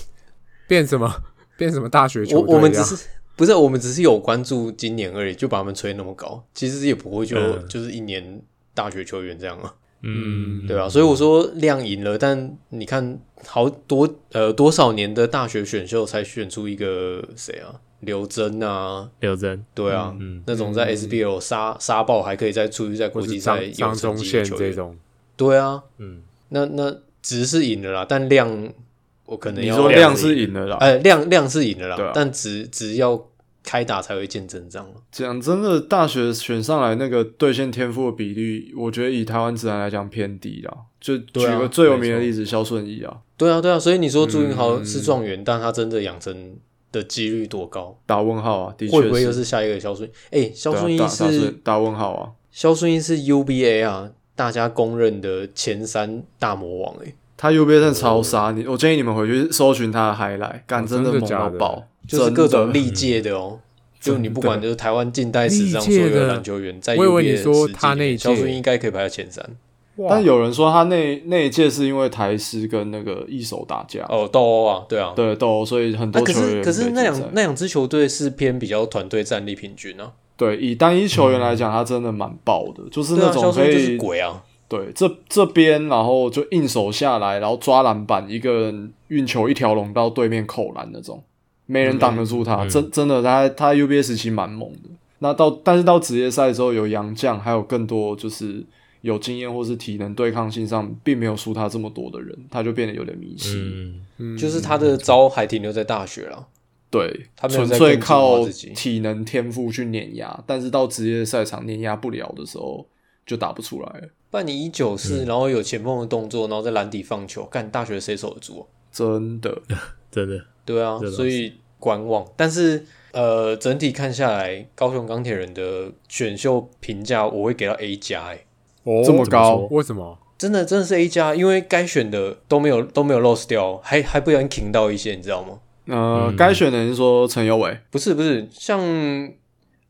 [SPEAKER 4] 变什么变什么大学
[SPEAKER 5] 我
[SPEAKER 4] 球队一样？
[SPEAKER 5] 我们只是。不是，我们只是有关注今年而已，就把他们吹那么高，其实也不会就、
[SPEAKER 2] 嗯
[SPEAKER 5] 就是一年大学球员这样啊。
[SPEAKER 2] 嗯，
[SPEAKER 5] 对啊，所以我说量赢了，但你看好多呃多少年的大学选秀才选出一个谁啊？刘真啊，
[SPEAKER 2] 刘真，
[SPEAKER 5] 对啊，
[SPEAKER 2] 嗯，
[SPEAKER 5] 那种在 SBL 杀杀爆还可以再出去在
[SPEAKER 4] 或
[SPEAKER 5] 国
[SPEAKER 4] 是
[SPEAKER 5] 际
[SPEAKER 4] 张
[SPEAKER 5] 赛有
[SPEAKER 4] 张
[SPEAKER 5] 成
[SPEAKER 4] 忠
[SPEAKER 5] 绩
[SPEAKER 4] 宪
[SPEAKER 5] 的球
[SPEAKER 4] 这
[SPEAKER 5] 员，
[SPEAKER 4] 种，
[SPEAKER 5] 对啊，
[SPEAKER 2] 嗯，
[SPEAKER 5] 那那值是赢了啦，但量我可能
[SPEAKER 3] 你
[SPEAKER 5] 要
[SPEAKER 3] 说
[SPEAKER 2] 量
[SPEAKER 3] 量是赢了啦，
[SPEAKER 5] 呃量量是赢了啦，
[SPEAKER 3] 对啊
[SPEAKER 5] 但值值要开打才会见真章了。
[SPEAKER 3] 讲真的，大学选上来那个兑现天赋的比率，我觉得以台湾职篮来讲偏低啦。就举
[SPEAKER 5] 对啊
[SPEAKER 3] 个最有名的
[SPEAKER 5] 没错
[SPEAKER 3] 例子，肖顺义啊，
[SPEAKER 5] 对啊，对啊，所以你说朱云豪是状元，但他真的养成的几率多高？
[SPEAKER 3] 打问号啊，的确
[SPEAKER 5] 会不会又是下一个肖顺？哎、肖
[SPEAKER 3] 对啊
[SPEAKER 5] 顺
[SPEAKER 3] 打
[SPEAKER 5] 义
[SPEAKER 3] 打
[SPEAKER 5] 是
[SPEAKER 3] 打问号啊？
[SPEAKER 5] 肖顺义是 UBA 啊，大家公认的前三大魔王哎、
[SPEAKER 3] 他 U B 真的超杀你，我建议你们回去搜寻他的 highlight，干
[SPEAKER 4] 哦
[SPEAKER 3] 真
[SPEAKER 4] 真的
[SPEAKER 3] 猛
[SPEAKER 4] 假
[SPEAKER 3] 到
[SPEAKER 4] 的
[SPEAKER 3] 爆，
[SPEAKER 5] 就是各种
[SPEAKER 3] 力
[SPEAKER 5] 历届的哦、就你不管，就是台湾近代史
[SPEAKER 4] 历
[SPEAKER 5] 上所
[SPEAKER 4] 届的
[SPEAKER 5] 有的篮球员，在
[SPEAKER 4] 我以
[SPEAKER 5] UBA
[SPEAKER 4] 为你
[SPEAKER 5] 的
[SPEAKER 4] 说
[SPEAKER 5] 实际
[SPEAKER 4] 他
[SPEAKER 5] 里
[SPEAKER 4] 那一
[SPEAKER 5] 面肖
[SPEAKER 4] 届
[SPEAKER 5] 顺义应该可以排到前三
[SPEAKER 4] 哇
[SPEAKER 3] 但有人说他那那一届是因为台师跟那个一手打架，
[SPEAKER 5] 哦，斗殴啊，对啊，
[SPEAKER 3] 对斗殴，所以很
[SPEAKER 5] 啊
[SPEAKER 3] 多
[SPEAKER 5] 可
[SPEAKER 3] 球
[SPEAKER 5] 是
[SPEAKER 3] 员
[SPEAKER 5] 可是
[SPEAKER 3] 被禁
[SPEAKER 5] 那两
[SPEAKER 3] 赛
[SPEAKER 5] 那两支球队是偏比较团队战力平均啊，
[SPEAKER 3] 对以单一球员来讲，他真的蛮爆的，就是
[SPEAKER 5] 对
[SPEAKER 3] 那
[SPEAKER 5] 啊，肖
[SPEAKER 3] 种可
[SPEAKER 5] 顺义就是
[SPEAKER 3] 以
[SPEAKER 5] 鬼啊，
[SPEAKER 3] 对这这边，然后就硬手下来，然后抓篮板，一个人运球一条龙到对面扣篮那种，没人挡得住他。
[SPEAKER 2] 嗯
[SPEAKER 3] 真真的，他他 UBA 时期蛮猛的。那到但是到职业赛之后，有洋将，还有更多就是有经验或是体能对抗性上并没有输他这么多的人，他就变得有点迷失。
[SPEAKER 2] 嗯，
[SPEAKER 4] 嗯
[SPEAKER 5] 就是他的招还停留在大学了，
[SPEAKER 3] 对，
[SPEAKER 5] 他没有
[SPEAKER 3] 纯
[SPEAKER 5] 在
[SPEAKER 3] 粹
[SPEAKER 5] 更进化
[SPEAKER 3] 靠
[SPEAKER 5] 自己
[SPEAKER 3] 体能天赋去碾压，但是到职业赛场碾压不了的时候，就打不出来了。
[SPEAKER 5] 不然你一九四，然后有前锋的动作，然后在篮底放球，干大学谁守得住啊？
[SPEAKER 3] 真的，
[SPEAKER 2] 真的，
[SPEAKER 5] 对啊
[SPEAKER 2] 这，倒是
[SPEAKER 5] 所以观望。但是呃，整体看下来，高雄钢铁人的选秀评价我会给到 A 加，哎，
[SPEAKER 4] 哦
[SPEAKER 3] 这么高
[SPEAKER 4] 怎说为什么？
[SPEAKER 5] 真的真的是 A 加，因为该选的都没有都没有 lost 掉，还还不小心停到一些，你知道吗？
[SPEAKER 3] 呃，该选的人是说陈友伟，
[SPEAKER 5] 不是不是，像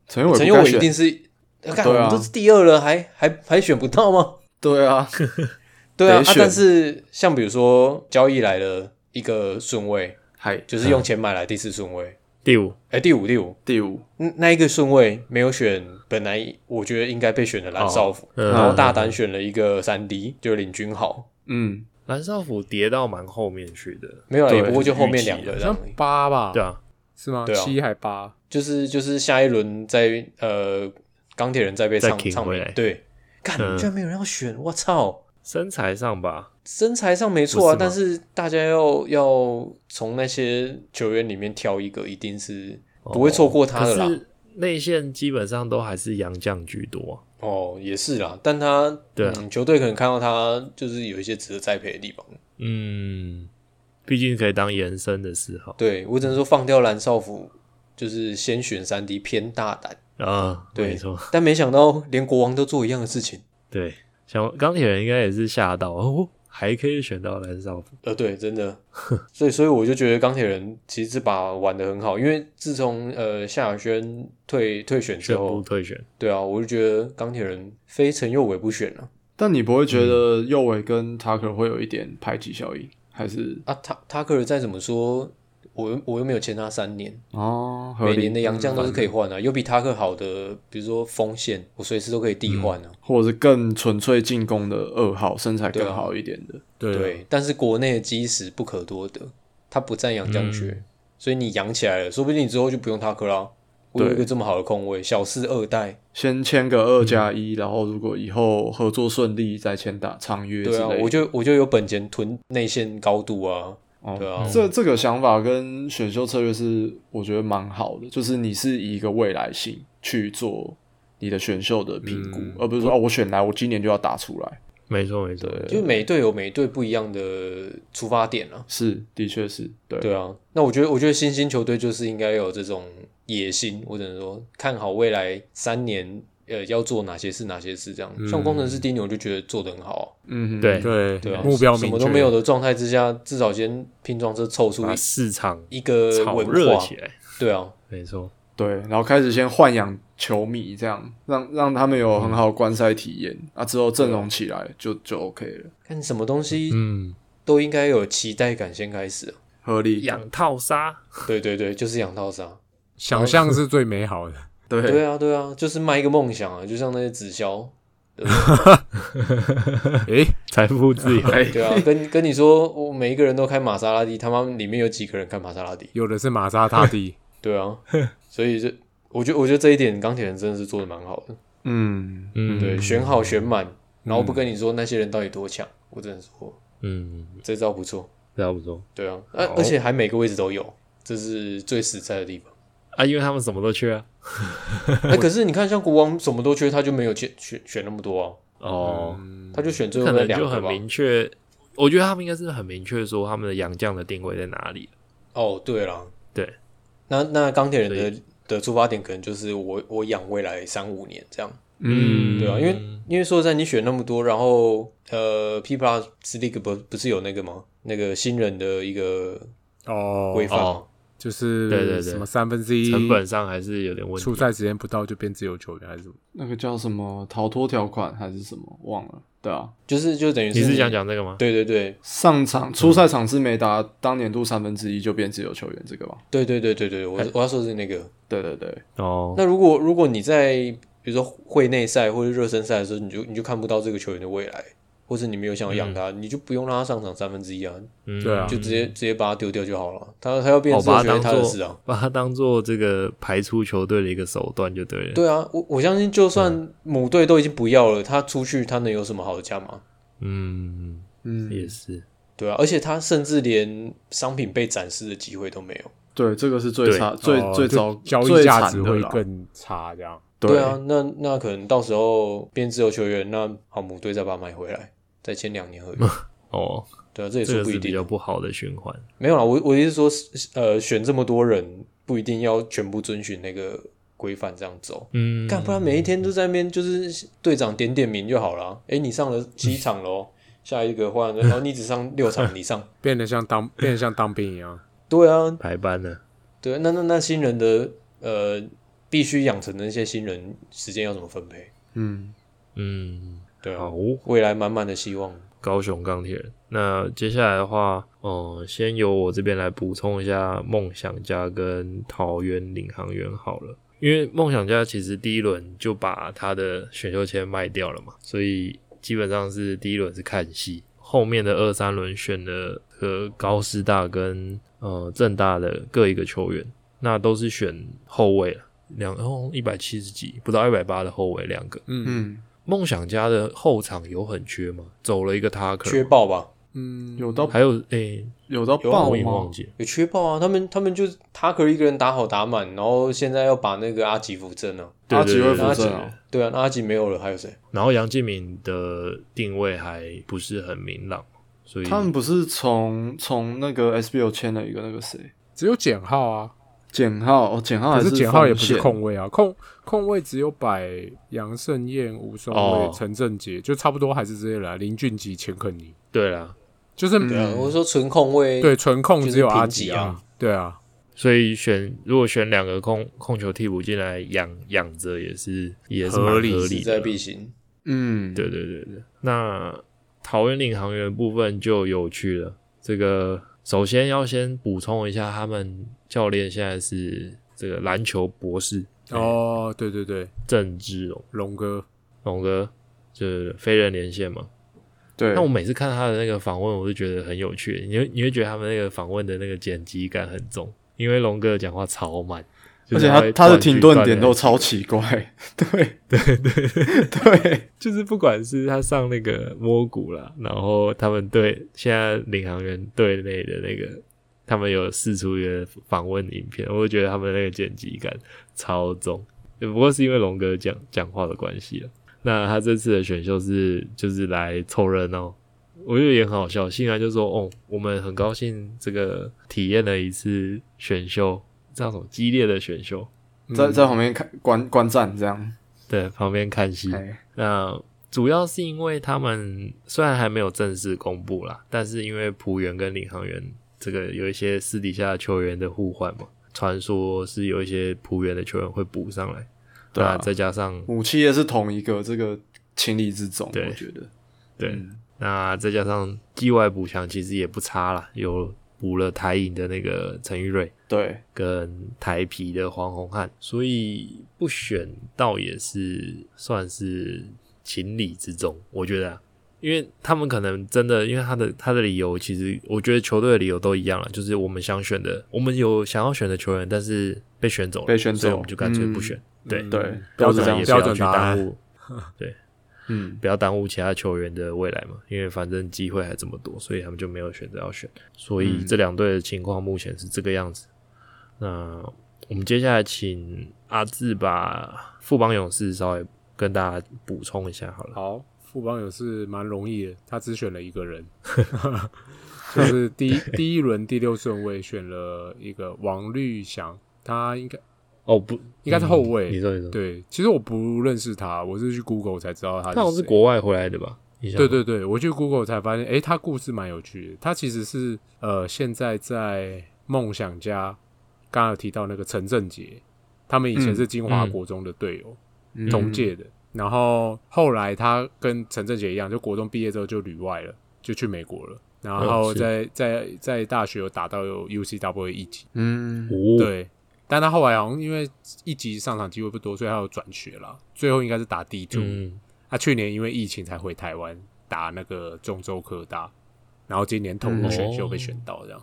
[SPEAKER 3] 陈佑伟
[SPEAKER 5] 陈
[SPEAKER 3] 不
[SPEAKER 5] 佑
[SPEAKER 3] 该
[SPEAKER 5] 伟一
[SPEAKER 3] 选
[SPEAKER 5] 定是，呃干、
[SPEAKER 3] 对啊
[SPEAKER 5] 我们都是第二了，还还还选不到吗？
[SPEAKER 3] 对啊，
[SPEAKER 5] (laughs) 对
[SPEAKER 3] 得
[SPEAKER 5] 啊，啊
[SPEAKER 3] 选
[SPEAKER 5] 但是像比如说交易来了一个顺位，
[SPEAKER 3] 还
[SPEAKER 5] 就是用钱买来第四顺位，
[SPEAKER 2] 第五，
[SPEAKER 5] 哎、第五第五，
[SPEAKER 3] 第五，
[SPEAKER 5] 嗯那一个顺位没有选，本来我觉得应该被选的蓝少辅，
[SPEAKER 2] 嗯
[SPEAKER 5] 然后大胆选了一个三 D，就是林君豪，
[SPEAKER 3] 嗯，
[SPEAKER 2] 蓝少辅跌到蛮后面去的，
[SPEAKER 5] 没有啦，
[SPEAKER 3] 对
[SPEAKER 5] 也不过就后面两个
[SPEAKER 2] 预
[SPEAKER 4] 好
[SPEAKER 5] 这
[SPEAKER 4] 像
[SPEAKER 5] 样而已，
[SPEAKER 4] 八吧，
[SPEAKER 2] 对啊，
[SPEAKER 4] 是吗？
[SPEAKER 5] 对啊
[SPEAKER 4] 七还八，
[SPEAKER 5] 就是就是下一轮在呃钢铁人再被
[SPEAKER 2] 再
[SPEAKER 5] 唱
[SPEAKER 2] 挺
[SPEAKER 5] 唱
[SPEAKER 2] 回
[SPEAKER 5] 名
[SPEAKER 2] 来
[SPEAKER 5] 对，干
[SPEAKER 2] 嗯
[SPEAKER 5] 居然没有人要选，我操！
[SPEAKER 2] 身材上吧，
[SPEAKER 5] 身材上没错啊，
[SPEAKER 2] 不是吗
[SPEAKER 5] 但是大家要要从那些球员里面挑一个，一定是
[SPEAKER 2] 哦
[SPEAKER 5] 不会错过他的啦。
[SPEAKER 2] 可是内线基本上都还是洋将居多啊、
[SPEAKER 5] 哦，也是啦，但他
[SPEAKER 2] 对啊
[SPEAKER 5] 嗯，球队可能看到他就是有一些值得栽培的地方。
[SPEAKER 2] 嗯，毕竟可以当延伸的嗜好
[SPEAKER 5] 对我只能说放掉蓝少辅，就是先选三 D 偏大胆，
[SPEAKER 2] 啊，
[SPEAKER 5] 对
[SPEAKER 2] 没错，
[SPEAKER 5] 但没想到连国王都做一样的事情。
[SPEAKER 2] 对，像钢铁人应该也是吓到哦，还可以选到蓝少辅，
[SPEAKER 5] 呃，对，真
[SPEAKER 2] (laughs)
[SPEAKER 5] 的，所以所以我就觉得钢铁人其实这把玩的很好，因为自从呃夏亚轩退退选之
[SPEAKER 2] 宣布
[SPEAKER 5] 后，
[SPEAKER 2] 退选，
[SPEAKER 5] 对啊，我就觉得钢铁人非陈佑伟不选啊了
[SPEAKER 3] 但你不会觉
[SPEAKER 5] 嗯
[SPEAKER 3] 得右伟跟塔克会有一点排挤效应，还是
[SPEAKER 5] 啊。他他可尔再怎么说，我又我又没有签他三年，
[SPEAKER 3] 哦，合
[SPEAKER 5] 每
[SPEAKER 3] 理嗯
[SPEAKER 5] 年的洋将都是可以换的、有比他克好的，比如说锋线，我随时都可以递换啊。
[SPEAKER 3] 或者是更纯粹进攻的二号，身材
[SPEAKER 5] 对
[SPEAKER 3] 更
[SPEAKER 5] 啊
[SPEAKER 3] 好一点的，
[SPEAKER 2] 对
[SPEAKER 5] 对，但是国内的基石不可多得，它不占洋将缺，
[SPEAKER 3] 嗯
[SPEAKER 5] 所以你养起来了，说不定你之后就不用塔克拉。我有一
[SPEAKER 3] 对
[SPEAKER 5] 个这么好的空位，小四二代，
[SPEAKER 3] 先签个二加一，然后如果以后合作顺利再签打长约之
[SPEAKER 5] 对
[SPEAKER 3] 类
[SPEAKER 5] 啊，
[SPEAKER 3] 的。
[SPEAKER 5] 我就我就有本钱囤内线高度啊，
[SPEAKER 3] 哦
[SPEAKER 5] 对啊
[SPEAKER 3] 这这个想法跟选秀策略是我觉得蛮好的，就是你是以一个未来性去做你的选秀的评估，
[SPEAKER 4] 嗯
[SPEAKER 3] 而不是说哦我选来我今年就要打出来。
[SPEAKER 2] 没错没错，
[SPEAKER 5] 就是每队有每队不一样的出发点啊。
[SPEAKER 3] 是，的确是对。
[SPEAKER 5] 对啊，那我觉得我觉得新兴球队就是应该有这种野心，我只能说看好未来三年。呃，要做哪些事，哪些事这样。像工程师丁牛就觉得做得很好啊、
[SPEAKER 3] 嗯哼，
[SPEAKER 2] 对
[SPEAKER 4] 对
[SPEAKER 5] 对啊，
[SPEAKER 4] 嗯目标
[SPEAKER 5] 什
[SPEAKER 4] 明
[SPEAKER 5] 么
[SPEAKER 4] 确
[SPEAKER 5] 都没有的状态之下，至少先拼装车凑出
[SPEAKER 2] 把
[SPEAKER 5] 一
[SPEAKER 2] 市场
[SPEAKER 5] 一个
[SPEAKER 2] 炒
[SPEAKER 5] 啊呃文
[SPEAKER 2] 热
[SPEAKER 5] 化，
[SPEAKER 2] 起来，
[SPEAKER 5] 对啊，
[SPEAKER 2] 没错，
[SPEAKER 3] 对，然后开始先豢养球迷，这样让让他们有很好的观赛体验、啊，之后阵容起来就就 OK 了，
[SPEAKER 5] 看什么东西
[SPEAKER 2] 嗯，
[SPEAKER 5] 都应该有期待感先开始啊、
[SPEAKER 3] 合理。
[SPEAKER 2] 养套杀，
[SPEAKER 5] 对对对，就是养套杀。
[SPEAKER 4] 想象是最美好的。
[SPEAKER 3] 对，
[SPEAKER 5] 对啊对啊，就是卖一个梦想啊，就像那些直销，
[SPEAKER 4] 诶，
[SPEAKER 2] 财富自由，
[SPEAKER 3] 哎，
[SPEAKER 5] 对啊，跟跟你说，我每一个人都开玛莎拉蒂，他妈里面有几个人开玛莎拉蒂？
[SPEAKER 4] 有的是玛莎拉蒂，
[SPEAKER 2] (laughs)
[SPEAKER 5] 对啊，所以这我觉得我觉得这一点钢铁人真的是做的蛮好的，
[SPEAKER 3] 嗯，
[SPEAKER 2] 嗯，
[SPEAKER 5] 对，选好选满，然后不跟你说那些人到底多强，我只能说
[SPEAKER 2] 嗯，
[SPEAKER 5] 这招不错。
[SPEAKER 2] 差不多
[SPEAKER 5] 对啊，而、而且还每个位置都有，这是最实在的地
[SPEAKER 2] (laughs)
[SPEAKER 5] 方。
[SPEAKER 2] 啊，因为他们什么都缺啊，
[SPEAKER 5] 哎、可是你看，像国王什么都缺，他就没有选选选那么多啊，
[SPEAKER 2] 哦，
[SPEAKER 5] 他就选最
[SPEAKER 2] 可
[SPEAKER 5] 后那
[SPEAKER 2] 能
[SPEAKER 5] 两
[SPEAKER 2] 就
[SPEAKER 5] 个
[SPEAKER 2] 很
[SPEAKER 5] 吧。
[SPEAKER 2] 明确，我觉得他们应该是很明确说他们的洋将的定位在哪里。
[SPEAKER 5] 哦，对了，
[SPEAKER 2] 对，
[SPEAKER 5] 那那钢铁人
[SPEAKER 2] 所
[SPEAKER 5] 的的出发点可能就是我我养未来三五年这样，
[SPEAKER 3] 嗯，
[SPEAKER 5] 对啊，因为因为说实在你选那么多，然后呃，P Plus League 不不是有那个吗？那个新人的一个
[SPEAKER 4] 哦，
[SPEAKER 5] 规范吗、
[SPEAKER 4] 就是
[SPEAKER 2] 对对对
[SPEAKER 4] 什么三分之
[SPEAKER 5] 嗯
[SPEAKER 4] 一
[SPEAKER 2] 成本上还是有点问
[SPEAKER 4] 出
[SPEAKER 2] 题。
[SPEAKER 4] 赛时间不到就变自由球员还是什么？
[SPEAKER 3] 那个叫什么逃脱条款还是什么忘了？对啊，
[SPEAKER 5] 就是就等于
[SPEAKER 2] 你
[SPEAKER 5] 是
[SPEAKER 2] 是想？讲这个吗？
[SPEAKER 5] 对对对
[SPEAKER 3] 上场初赛场次没达当年度三分之一就变自由球员，这个吧？
[SPEAKER 5] 对对对对对，我我要说的是那个。
[SPEAKER 3] 对对对，
[SPEAKER 2] 哦，
[SPEAKER 5] 那如果如果你在比如说会内赛或者热身赛的时候，你就你就看不到这个球员的未来，或者你没有想要养他，你就不用让他上场三分之一啊，
[SPEAKER 2] 嗯
[SPEAKER 4] 对啊
[SPEAKER 5] 就直接直接把他丢掉就好了。他他要变
[SPEAKER 2] 哦，
[SPEAKER 5] 自由
[SPEAKER 2] 把
[SPEAKER 5] 球
[SPEAKER 2] 它
[SPEAKER 5] 员他
[SPEAKER 2] 当
[SPEAKER 5] 的事啊
[SPEAKER 2] 做。把它当做这个排出球队的一个手段就对了。
[SPEAKER 5] 对啊，我我相信就算母队都已经不要了，他出去他能有什么好的价码？
[SPEAKER 2] 嗯，
[SPEAKER 3] 嗯，
[SPEAKER 2] 也是，
[SPEAKER 5] 对啊，而且他甚至连商品被展示的机会都没有。
[SPEAKER 3] 对，这个是最
[SPEAKER 2] 对
[SPEAKER 3] 差、最
[SPEAKER 4] 哦
[SPEAKER 3] 最
[SPEAKER 4] 就
[SPEAKER 3] 糟、
[SPEAKER 4] 交易
[SPEAKER 3] 最
[SPEAKER 4] 价
[SPEAKER 3] 惨
[SPEAKER 4] 值
[SPEAKER 3] 的
[SPEAKER 4] 会
[SPEAKER 3] 啦
[SPEAKER 4] 更差这样。
[SPEAKER 3] 对
[SPEAKER 5] 对啊，，那那可能到时候变自由球员，那好母队再把他买回来，再签
[SPEAKER 2] (laughs)
[SPEAKER 5] 两年合约。
[SPEAKER 2] 哦，
[SPEAKER 5] 对啊，这也
[SPEAKER 2] 这
[SPEAKER 5] 说
[SPEAKER 2] 个
[SPEAKER 5] 不一
[SPEAKER 2] 是比
[SPEAKER 5] 定
[SPEAKER 2] 较。不好的循环。
[SPEAKER 5] 没有啦，我我的意思是说，呃，选这么多人，不一定要全部遵循那个规范这样走，
[SPEAKER 2] 嗯，
[SPEAKER 5] 干、不然每一天都在那边就是队长点点名就好了。诶，你上了七场喽，下一个换，然后你只上六场，你
[SPEAKER 2] (laughs)
[SPEAKER 5] 上。
[SPEAKER 4] 变得像当变得像当兵一样，
[SPEAKER 5] 对啊，
[SPEAKER 2] 排班呢？
[SPEAKER 5] 对啊，那那那新人的呃必须养成的那些新人，时间要怎么分配？
[SPEAKER 3] 嗯，
[SPEAKER 2] 嗯，
[SPEAKER 5] 对啊
[SPEAKER 2] 好，，
[SPEAKER 5] 未来满满的希望。
[SPEAKER 2] 高雄钢铁人。那接下来的话，嗯，先由我这边来补充一下梦想家跟桃园领航员好了，因为梦想家其实第一轮就把他的选秀签卖掉了嘛，所以基本上是第一轮是看戏，后面的二三轮选了和高师大跟呃正大的各一个球员，那都是选后卫了，两 (laughs) 哦一百七十几不到一百八的后卫两个。
[SPEAKER 4] 嗯
[SPEAKER 3] 嗯，
[SPEAKER 2] 梦想家的后场有很缺吗？走了一个 Tucker，
[SPEAKER 5] 缺爆吧，
[SPEAKER 4] 嗯，
[SPEAKER 3] 有到
[SPEAKER 2] 还有诶、
[SPEAKER 3] 有到
[SPEAKER 5] 有
[SPEAKER 3] 爆
[SPEAKER 2] 我也忘
[SPEAKER 3] 吗？
[SPEAKER 2] 记了。
[SPEAKER 5] 有缺爆啊！他们他们就是塔克一个人打好打满，然后现在要把那个阿吉扶正了、
[SPEAKER 2] 对
[SPEAKER 3] 阿吉
[SPEAKER 2] 对
[SPEAKER 3] 会
[SPEAKER 2] 对
[SPEAKER 3] 扶
[SPEAKER 2] 对
[SPEAKER 3] 正啊，
[SPEAKER 5] 对啊，那阿吉没有了，还有谁？
[SPEAKER 2] 然后杨敬敏的定位还不是很明朗，所以
[SPEAKER 3] 他们不是从从那个 SBO 签了一个那个谁
[SPEAKER 4] 只有简浩啊，
[SPEAKER 3] 简浩哦，简浩还
[SPEAKER 4] 可是简浩也不
[SPEAKER 3] 锋
[SPEAKER 4] 是
[SPEAKER 3] 线
[SPEAKER 4] 控卫啊，控控卫只有摆杨胜燕、吴松伟
[SPEAKER 2] 哦、
[SPEAKER 4] 陈正杰，就差不多还是这些人啊，林俊杰、钱肯尼，
[SPEAKER 2] 对啦，
[SPEAKER 4] 就是
[SPEAKER 5] 对
[SPEAKER 3] 嗯
[SPEAKER 5] 啊，我说纯控卫，
[SPEAKER 4] 对，纯控只有阿吉
[SPEAKER 5] 就是平
[SPEAKER 4] 啊，对啊，
[SPEAKER 2] 所以选如果选两个控控球替补进来养养着也是也是蛮
[SPEAKER 4] 合
[SPEAKER 2] 合
[SPEAKER 4] 理
[SPEAKER 2] 理
[SPEAKER 5] 势
[SPEAKER 2] 的
[SPEAKER 5] 在。必行。
[SPEAKER 3] 嗯，
[SPEAKER 2] 对对对对，那桃园领航员的部分就有趣了。这个首先要先补充一下，他们教练现在是这个篮球博士
[SPEAKER 4] 哦，对对对，
[SPEAKER 2] 郑芝龙
[SPEAKER 4] 龙哥，
[SPEAKER 2] 龙哥，就是飞人连线嘛。
[SPEAKER 3] 对，
[SPEAKER 2] 那我每次看他的那个访问，我就觉得很有趣，你会你会觉得他们那个访问的那个剪辑感很重，因为龙哥讲话超慢，就
[SPEAKER 3] 而
[SPEAKER 2] 是
[SPEAKER 3] 且
[SPEAKER 2] 会
[SPEAKER 3] 他他的
[SPEAKER 2] 断句
[SPEAKER 3] 停顿
[SPEAKER 2] 断
[SPEAKER 3] 点
[SPEAKER 2] 得
[SPEAKER 3] 都
[SPEAKER 2] 很
[SPEAKER 3] 超奇怪， (laughs) 对对对对，
[SPEAKER 2] 就是不管是他上那个摸骨啦，然后他们对现在领航员队内的那个，他们有试出一个访问影片，我就觉得他们那个剪辑感超重，只不过是因为龙哥讲讲话的关系了。那他这次的选秀是就是来凑热闹，我觉得也很好笑。欣然就说：“哦，我们很高兴这个体验了一次选秀，这样什么激烈的选秀，
[SPEAKER 4] 嗯
[SPEAKER 3] 在在旁边看观观战这样，
[SPEAKER 2] 对，旁边看
[SPEAKER 4] 嗯
[SPEAKER 2] 戏。”
[SPEAKER 3] 哎，
[SPEAKER 2] 那主要是因为他们虽然还没有正式公布啦，但是因为浦原跟领航员这个有一些私底下球员的互换嘛，传说是有一些浦原的球员会补上来，
[SPEAKER 3] 对啊
[SPEAKER 2] 那再加上
[SPEAKER 3] 武器也是同一个，这个情理之中，
[SPEAKER 2] 对
[SPEAKER 3] 我觉得，
[SPEAKER 2] 对，
[SPEAKER 3] 嗯
[SPEAKER 2] 那再加上季外补强其实也不差啦，有补了台影的那个陈玉瑞。
[SPEAKER 3] 对，
[SPEAKER 2] 跟台皮的黄宏汉，所以不选倒也是算是情理之中，我觉得、啊，因为他们可能真的，因为他的他的理由，其实我觉得球队的理由都一样了，就是我们想选的，我们有想要选的球员，但是被选走了，
[SPEAKER 3] 被选走
[SPEAKER 2] 所以我们就干脆不
[SPEAKER 3] 嗯
[SPEAKER 2] 选，对
[SPEAKER 4] 嗯
[SPEAKER 3] 对都
[SPEAKER 4] 标
[SPEAKER 3] 是
[SPEAKER 4] 准
[SPEAKER 3] 这样
[SPEAKER 2] 也不
[SPEAKER 4] 标
[SPEAKER 2] 要
[SPEAKER 4] 准
[SPEAKER 2] 去
[SPEAKER 4] 答
[SPEAKER 2] 耽
[SPEAKER 4] 案，
[SPEAKER 2] 误，
[SPEAKER 3] 嗯，
[SPEAKER 2] 不要耽误其他球员的未来嘛，因为反正机会还这么多，所以他们就没有选择要选。所以
[SPEAKER 3] 嗯
[SPEAKER 2] 这两队的情况目前是这个样子。那我们接下来请阿志把富邦勇士稍微跟大家补充一下好了。
[SPEAKER 4] 好，富邦勇士蛮容易的，他只选了一个人，就是第一第一轮第六顺位选了一个王绿翔，他应该
[SPEAKER 2] 哦，不，
[SPEAKER 4] 应该是后卫
[SPEAKER 2] 嗯你说你说，，
[SPEAKER 4] 对，其实我不认识他，我是去 Google 才知道他
[SPEAKER 2] 他
[SPEAKER 4] 是
[SPEAKER 2] 好像是
[SPEAKER 4] 谁
[SPEAKER 2] 国外回来的吧？印象
[SPEAKER 4] 对，对对，我去 Google 才发现，诶，他故事蛮有趣的。他其实是呃，现在在梦想家，刚刚有提到那个陈正杰，他们以前是金华
[SPEAKER 2] 嗯嗯
[SPEAKER 4] 国中的队友，
[SPEAKER 3] 嗯
[SPEAKER 4] 同届的。然后后来他跟陈正杰一样，就国中毕业之后就旅外了，就去美国了。然后
[SPEAKER 2] 嗯是
[SPEAKER 4] 在、在在大学有打到有 UCW E 一级，
[SPEAKER 3] 嗯，
[SPEAKER 2] 哦，
[SPEAKER 4] 对。但他后来好像因为一级上场机会不多，所以他有转学了。最后应该是打 D two，、
[SPEAKER 2] 嗯，
[SPEAKER 4] 他去年因为疫情才回台湾打那个中州科大，然后今年投入
[SPEAKER 3] 嗯
[SPEAKER 4] 选秀被
[SPEAKER 2] 哦
[SPEAKER 4] 选到这样。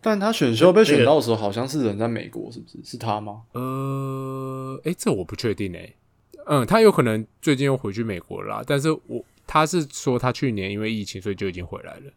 [SPEAKER 3] 但他选秀被选到的时候，好像是人在美国，是不是？是他吗？
[SPEAKER 4] 呃，诶，这我不确定诶。嗯，他有可能最近又回去美国了啦，但是我他是说他去年因为疫情，所以就已经回来了。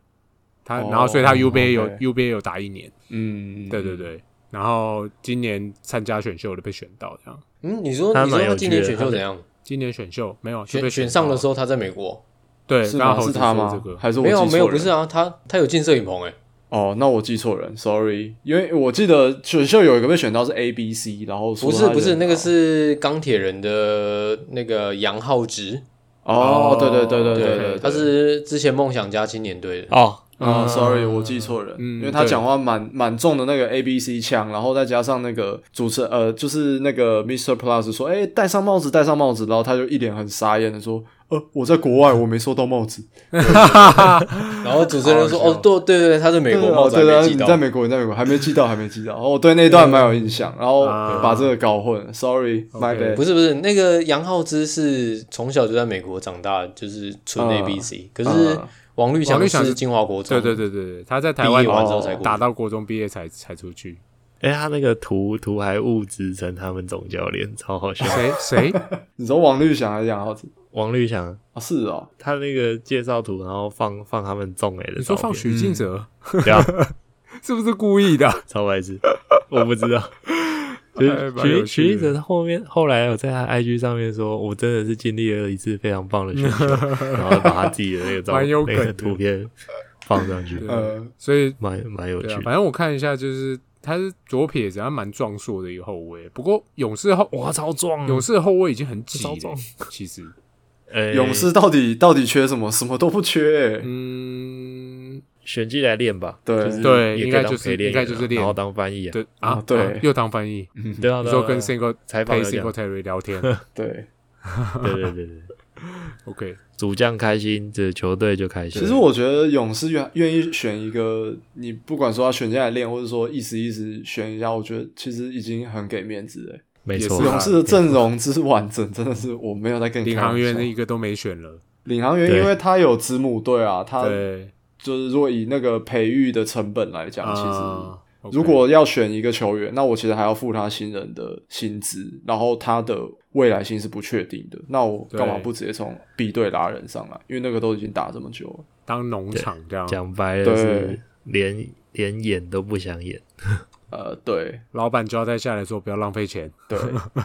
[SPEAKER 4] 他、
[SPEAKER 3] 哦
[SPEAKER 4] 然后所以他 UBA 有、
[SPEAKER 3] OK
[SPEAKER 4] UBA 有打一年，
[SPEAKER 3] 嗯，
[SPEAKER 4] 对对，对。然后今年参加选秀的被选到这样，
[SPEAKER 5] 嗯，你说
[SPEAKER 2] 他
[SPEAKER 5] 你说
[SPEAKER 2] 蛮有
[SPEAKER 5] 他今年
[SPEAKER 2] 趣的
[SPEAKER 5] 选秀
[SPEAKER 2] 他
[SPEAKER 5] 怎样？
[SPEAKER 4] 今年选秀没有就被
[SPEAKER 5] 选选上的时
[SPEAKER 4] 候，
[SPEAKER 5] 候他在美国，
[SPEAKER 4] 对，
[SPEAKER 3] 是
[SPEAKER 4] 刚
[SPEAKER 3] 吗？
[SPEAKER 4] 好
[SPEAKER 3] 是他
[SPEAKER 4] 这
[SPEAKER 3] 吗
[SPEAKER 4] 个？
[SPEAKER 3] 还是我
[SPEAKER 5] 没有
[SPEAKER 3] 记错
[SPEAKER 5] 没有，
[SPEAKER 3] 人
[SPEAKER 5] 不是啊，他他有进摄影棚哎，
[SPEAKER 3] 哦，那我记错人，sorry，因为我记得选秀有一个被选到是 A B C，然后说
[SPEAKER 5] 不是
[SPEAKER 3] 他
[SPEAKER 5] 不是，
[SPEAKER 3] 人
[SPEAKER 5] 那个是钢铁人的那个杨浩直，
[SPEAKER 3] 哦，对对对对
[SPEAKER 4] 对
[SPEAKER 3] 对，
[SPEAKER 5] 他是之前梦想家青年队的，
[SPEAKER 2] 哦，
[SPEAKER 3] 啊、
[SPEAKER 4] 嗯
[SPEAKER 3] s o r r y 我记错人，
[SPEAKER 4] 嗯
[SPEAKER 3] 因为他
[SPEAKER 4] 对
[SPEAKER 3] 讲话蛮蛮重的那个 A B C 腔，然后再加上那个主持呃，就是那个 Mr. Plus 说，哎、戴上帽子，戴上帽子，然后他就一脸很傻眼的说，呃，我在国外，我没收到帽子，
[SPEAKER 5] 然后主持人说：“
[SPEAKER 4] 好好
[SPEAKER 5] 哦
[SPEAKER 4] 笑，
[SPEAKER 5] 对对对，他 (laughs) 是美国帽子还
[SPEAKER 3] 对啊，
[SPEAKER 5] 没
[SPEAKER 3] 你
[SPEAKER 5] 寄到。
[SPEAKER 3] 在美国，你在美国还没寄到，还 (laughs) 没寄到，哦，对那一段蛮有印象，然后
[SPEAKER 4] 啊
[SPEAKER 3] 把这个搞混了，Sorry，my
[SPEAKER 4] OK，
[SPEAKER 3] bad，啊
[SPEAKER 5] 不是不是，那个杨浩之是从小就在美国长大，就是纯
[SPEAKER 3] 嗯
[SPEAKER 5] A B C、可是
[SPEAKER 3] 嗯
[SPEAKER 5] 王绿
[SPEAKER 4] 王
[SPEAKER 5] 翔
[SPEAKER 4] 绿翔是
[SPEAKER 5] 是金华国中，
[SPEAKER 4] 对对对对对，他在台
[SPEAKER 5] 毕
[SPEAKER 4] 湾
[SPEAKER 5] 业完之后才过去。
[SPEAKER 4] 打到国中毕业才才出去。
[SPEAKER 2] 哎、他那个图图还误指成他们总教练，超 (laughs) 好笑。
[SPEAKER 4] 谁 (laughs) 谁？
[SPEAKER 3] 你说王绿翔还是杨浩子
[SPEAKER 2] 王绿翔
[SPEAKER 3] 啊？是哦，
[SPEAKER 2] 他那个介绍图，然后放放他们中哎的
[SPEAKER 4] 你说
[SPEAKER 2] 照
[SPEAKER 4] 放
[SPEAKER 2] 片，
[SPEAKER 4] 许晋哲
[SPEAKER 2] 对啊，
[SPEAKER 4] 嗯 (laughs) 是不是故意的？
[SPEAKER 2] 超白痴，我不知
[SPEAKER 4] (laughs)
[SPEAKER 2] 道。就
[SPEAKER 4] 还
[SPEAKER 2] 是
[SPEAKER 4] 哎蛮有
[SPEAKER 2] 徐
[SPEAKER 4] 趣
[SPEAKER 2] 徐
[SPEAKER 4] 的
[SPEAKER 2] 一哲后面后来有在他 IG 上面说，我真的是经历了一次非常棒的
[SPEAKER 4] (laughs)
[SPEAKER 2] 选秀，然后把他自己的那个照
[SPEAKER 4] 蛮有
[SPEAKER 2] 那
[SPEAKER 4] 梗
[SPEAKER 2] 个
[SPEAKER 4] 的
[SPEAKER 2] 图片放上去，
[SPEAKER 4] 对
[SPEAKER 3] 呃，
[SPEAKER 4] (laughs) 所以
[SPEAKER 2] 蛮蛮有
[SPEAKER 4] 对
[SPEAKER 2] 趣
[SPEAKER 4] 啊，
[SPEAKER 2] 的。
[SPEAKER 4] 反正我看一下，就是他是左撇子，他蛮壮硕的一个后卫。不过勇士后
[SPEAKER 2] 哇，超壮！
[SPEAKER 4] 勇士的后卫已经很挤
[SPEAKER 2] 超壮
[SPEAKER 4] 了，其实， (laughs)
[SPEAKER 2] 呃
[SPEAKER 3] 勇士到底到底缺什么？什么都不缺、欸，
[SPEAKER 4] 嗯，
[SPEAKER 2] 选季来练吧，
[SPEAKER 3] 对
[SPEAKER 2] 就是
[SPEAKER 4] 对
[SPEAKER 2] 也可以
[SPEAKER 4] 应该
[SPEAKER 2] 当
[SPEAKER 4] 就是
[SPEAKER 2] 陪练
[SPEAKER 4] 应该
[SPEAKER 2] 员啊
[SPEAKER 4] 就是练
[SPEAKER 2] 然后当翻译啊，
[SPEAKER 4] 对
[SPEAKER 3] 啊
[SPEAKER 4] 啊，
[SPEAKER 3] 对
[SPEAKER 4] 啊又当翻译，
[SPEAKER 2] 对啊，
[SPEAKER 4] 你
[SPEAKER 2] 对啊
[SPEAKER 4] 说
[SPEAKER 2] 对啊
[SPEAKER 4] 跟 Single
[SPEAKER 2] 采访
[SPEAKER 4] 配
[SPEAKER 2] 有
[SPEAKER 4] Single
[SPEAKER 2] 讲
[SPEAKER 4] Terry 聊天 (laughs)
[SPEAKER 3] 对。
[SPEAKER 2] 对对对对，
[SPEAKER 4] ，OK，
[SPEAKER 2] 主将开心，这球队就开心。
[SPEAKER 3] 其实我觉得勇士愿愿意选一个，你不管说他选进来练，或者说意思意思选一下，我觉得其实已经很给面子了。
[SPEAKER 2] 没
[SPEAKER 4] 也
[SPEAKER 2] 错，
[SPEAKER 4] 是啊
[SPEAKER 3] 哦勇士的阵容之完整，真的是我没有在跟你
[SPEAKER 4] 领
[SPEAKER 3] 开玩笑
[SPEAKER 4] 航员一个都没选了，
[SPEAKER 3] 领航员，
[SPEAKER 2] 对
[SPEAKER 3] 因为他有子母队 (laughs) 啊，他
[SPEAKER 4] 对，
[SPEAKER 3] 就是如果以那个培育的成本来讲，其实
[SPEAKER 4] 啊
[SPEAKER 3] 如果要选一个球员，那我其实还要付他新人的薪资，然后他的未来性是不确定的，那我干嘛
[SPEAKER 4] 对
[SPEAKER 3] 不直接从 B 队拉人上来？因为那个都已经打这么久了。
[SPEAKER 4] 当农场这样，
[SPEAKER 2] 讲白了
[SPEAKER 3] 对
[SPEAKER 2] 是连连演都不想演。
[SPEAKER 3] 呃，对
[SPEAKER 4] 老板交代下来说不要浪费钱，
[SPEAKER 3] 对，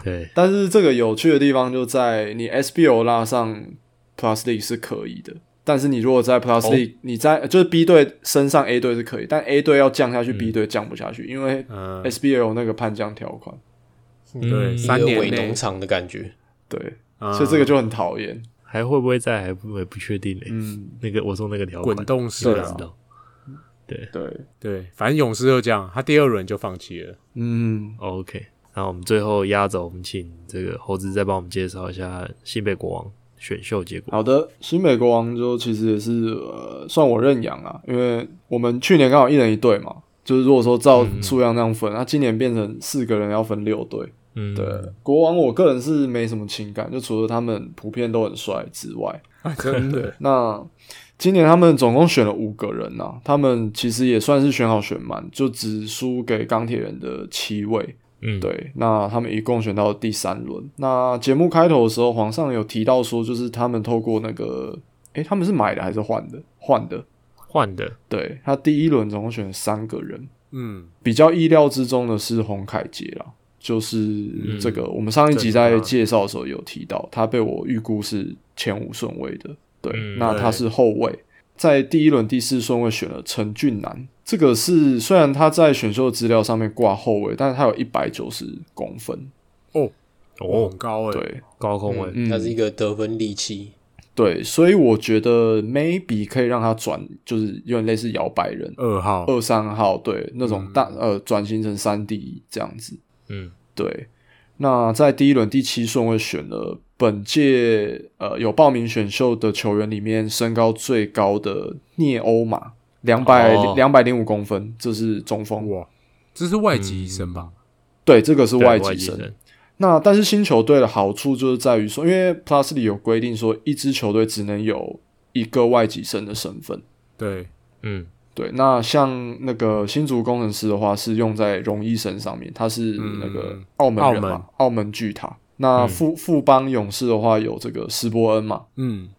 [SPEAKER 2] 对，
[SPEAKER 3] 但是这个有趣的地方就在你 SBO 拉上 Plus League 是可以的，但是你如果在 Plus
[SPEAKER 4] 哦
[SPEAKER 3] League，、你在就是 B 队升上 A 队是可以，但 A 队要降下去、b 队降不下去，因为
[SPEAKER 4] 嗯，
[SPEAKER 3] SBO 那个叛降条款，
[SPEAKER 4] 对
[SPEAKER 2] 嗯
[SPEAKER 4] 三
[SPEAKER 5] 一个
[SPEAKER 4] 年
[SPEAKER 5] 伪
[SPEAKER 4] 内
[SPEAKER 5] 农场的感觉。
[SPEAKER 3] 对，
[SPEAKER 4] 啊
[SPEAKER 3] 所以这个就很讨厌。
[SPEAKER 2] 还会不会在？还不也不确
[SPEAKER 4] 哎
[SPEAKER 2] 定嘞。
[SPEAKER 3] 嗯，
[SPEAKER 2] 那个我说那个条款
[SPEAKER 4] 滚，动式
[SPEAKER 2] 不
[SPEAKER 3] 对
[SPEAKER 2] 知
[SPEAKER 4] 啊
[SPEAKER 3] 啊，
[SPEAKER 2] 道。
[SPEAKER 3] 对，
[SPEAKER 4] 对，反正勇士就这样，他第二轮就放弃
[SPEAKER 3] (laughs)
[SPEAKER 4] 了，
[SPEAKER 3] 嗯，
[SPEAKER 2] 哦 OK，那我们最后压轴，我们请这个猴子再帮我们介绍一下新北国王选秀结果。
[SPEAKER 3] 好的，新美国王就其实也是呃，算我认养啊，因为我们去年刚好一人一队嘛，就是如果说照
[SPEAKER 4] 嗯
[SPEAKER 3] 数量那样分，那、今年变成四个人要分六队。
[SPEAKER 2] 嗯，
[SPEAKER 3] 对，国王我个人是没什么情感，就除了他们普遍都很帅之外，
[SPEAKER 4] 真的，
[SPEAKER 3] 那今年他们总共选了五个人呐、他们其实也算是选好选满，就只输给钢铁人的七位。
[SPEAKER 2] 嗯，
[SPEAKER 3] 对，那他们一共选到第三轮。那节目开头的时候，皇上有提到说，就是他们透过那个，诶，他们是买的还是换的？换的。
[SPEAKER 2] 换的，
[SPEAKER 3] 对他第一轮总共选了三个人，
[SPEAKER 4] 嗯，
[SPEAKER 3] 比较意料之中的是洪凯杰啦，就是这个、我们上一集在介绍的时候有提到，他被我预估是前五顺位的，对，
[SPEAKER 2] 嗯
[SPEAKER 3] 那他是后卫，在第一轮第四顺位选了陈俊南，这个是虽然他在选秀资料上面挂后卫，但是他有一百九十公分，
[SPEAKER 4] 哦，
[SPEAKER 2] 哦
[SPEAKER 4] 很，高哎，
[SPEAKER 3] 对，
[SPEAKER 2] 高空位，
[SPEAKER 3] 嗯
[SPEAKER 5] 他是一个得分利器，
[SPEAKER 3] 对，所以我觉得 maybe 可以让他转，就是有点类似摇摆人。
[SPEAKER 4] 二号，
[SPEAKER 3] 二三号对那种大、呃转型成三 D 这样子，
[SPEAKER 2] 嗯，
[SPEAKER 3] 对，那在第一轮第七顺位选了本届呃有报名选秀的球员里面身高最高的聂欧马，两百
[SPEAKER 2] 哦
[SPEAKER 3] 两百零五公分，这是中锋。
[SPEAKER 4] 哇，这是外籍医生吧？
[SPEAKER 3] 嗯对，这个是
[SPEAKER 2] 对
[SPEAKER 3] 外
[SPEAKER 2] 籍
[SPEAKER 3] 籍生。那但是新球队的好处就是在于说，因为 Plus 里有规定说，一支球队只能有一个外籍生的身份。
[SPEAKER 4] 对，
[SPEAKER 2] 嗯，
[SPEAKER 3] 对，那像那个新竹工程师的话，是用在荣一神上面，他是那个
[SPEAKER 4] 嗯
[SPEAKER 3] 澳门人
[SPEAKER 4] 澳
[SPEAKER 3] 嘛，澳门巨塔。那富富邦勇士的话，有这个施波恩嘛，
[SPEAKER 4] 嗯，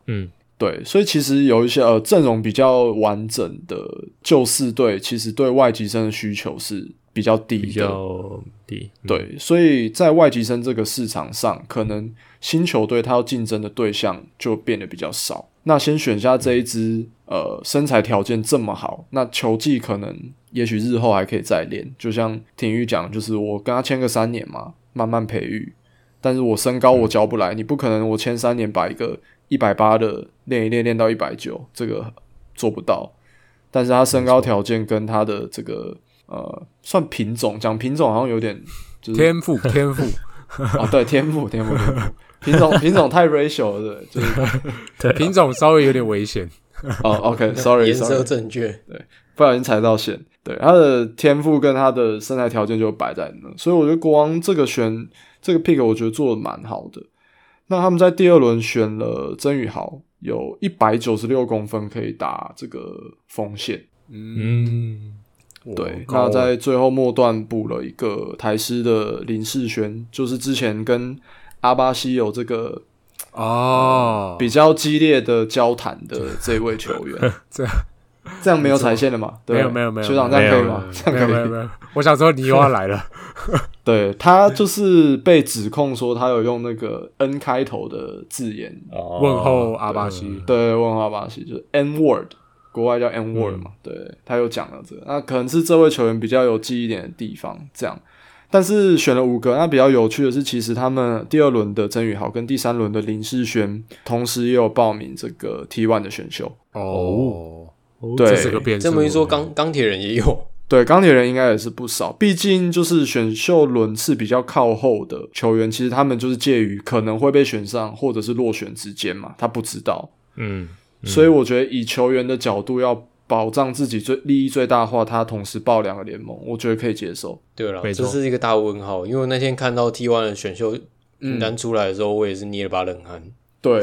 [SPEAKER 3] 对，所以其实有一些呃阵容比较完整的救四队，其实对外籍生的需求是比较低的，
[SPEAKER 2] 比较低，嗯，
[SPEAKER 3] 对，所以在外籍生这个市场上，可能新球队他要竞争的对象就变得比较少。那先选下这一支，呃，身材条件这么好，那球技可能也许日后还可以再练。就像廷玉讲，就是我跟他签个三年嘛，慢慢培育。但是我身高我教不来，你不可能我签三年把一个一百八的练一练练到一百九，这个做不到。但是他身高条件跟他的这个呃，算品种，讲品种好像有点就是
[SPEAKER 4] 天
[SPEAKER 3] (laughs)
[SPEAKER 4] 赋，天赋，
[SPEAKER 3] 啊，对，天赋，天赋，天赋，品种品种太 racial 了，对就
[SPEAKER 2] (laughs)
[SPEAKER 3] 是
[SPEAKER 4] 品种稍微有点危险。
[SPEAKER 3] 哦，OK，sorry，sorry，、
[SPEAKER 5] 颜色正确，
[SPEAKER 3] 不小心踩到线。对，他的天赋跟他的身材条件就摆在那，所以我觉得国王这个选这个 pick 我觉得做的蛮好的。那他们在第二轮选了曾宇豪，有一百九十六公分可以打这个锋线，
[SPEAKER 4] 嗯，
[SPEAKER 2] 嗯，
[SPEAKER 3] 对，
[SPEAKER 2] 高
[SPEAKER 3] 那
[SPEAKER 2] 哦
[SPEAKER 3] 在最后末段补了一个台师的林世轩，就是之前跟阿巴西有这个
[SPEAKER 4] 哦，
[SPEAKER 3] 比较激烈的交谈的这位球员，
[SPEAKER 4] (laughs) 这
[SPEAKER 3] 这样没有踩线了嘛？对不对
[SPEAKER 4] 没有没有没有，
[SPEAKER 3] 学长这样可以吗？这
[SPEAKER 4] 没有
[SPEAKER 3] 样
[SPEAKER 4] 没
[SPEAKER 3] 可
[SPEAKER 4] 有
[SPEAKER 3] 以
[SPEAKER 4] 没。有，我想说你又要来
[SPEAKER 3] (laughs)
[SPEAKER 4] 了，
[SPEAKER 3] 对他就是被指控说他有用那个 N 开头的字眼，
[SPEAKER 2] 哦
[SPEAKER 4] 问候阿巴西，
[SPEAKER 3] 对，问号巴西就是 N word，国外叫 N word 嘛，
[SPEAKER 4] 嗯
[SPEAKER 3] 对，他有讲了这个，那可能是这位球员比较有记忆点的地方，这样。但是选了五个，那比较有趣的是，其实他们第二轮的曾宇豪跟第三轮的林世轩，同时也有报名这个 T one 的选秀。
[SPEAKER 4] 哦，
[SPEAKER 3] 对
[SPEAKER 4] 这是个变数。
[SPEAKER 5] 这么一说，钢钢铁人也有，
[SPEAKER 3] 对，钢铁人应该也是不少，毕竟就是选秀轮次比较靠后的球员，其实他们就是介于可能会被选上或者是落选之间嘛，他不知道，
[SPEAKER 2] 嗯，
[SPEAKER 3] 所以我觉得以球员的角度要保障自己最利益最大化，他同时报两个联盟，我觉得可以接受。
[SPEAKER 5] 对了，
[SPEAKER 2] 没
[SPEAKER 5] 这
[SPEAKER 2] 错
[SPEAKER 5] 是一个大问号，因为我那天看到 T One 的选秀名单出来的时候，我也是捏了把冷汗。
[SPEAKER 3] 嗯 (laughs) 对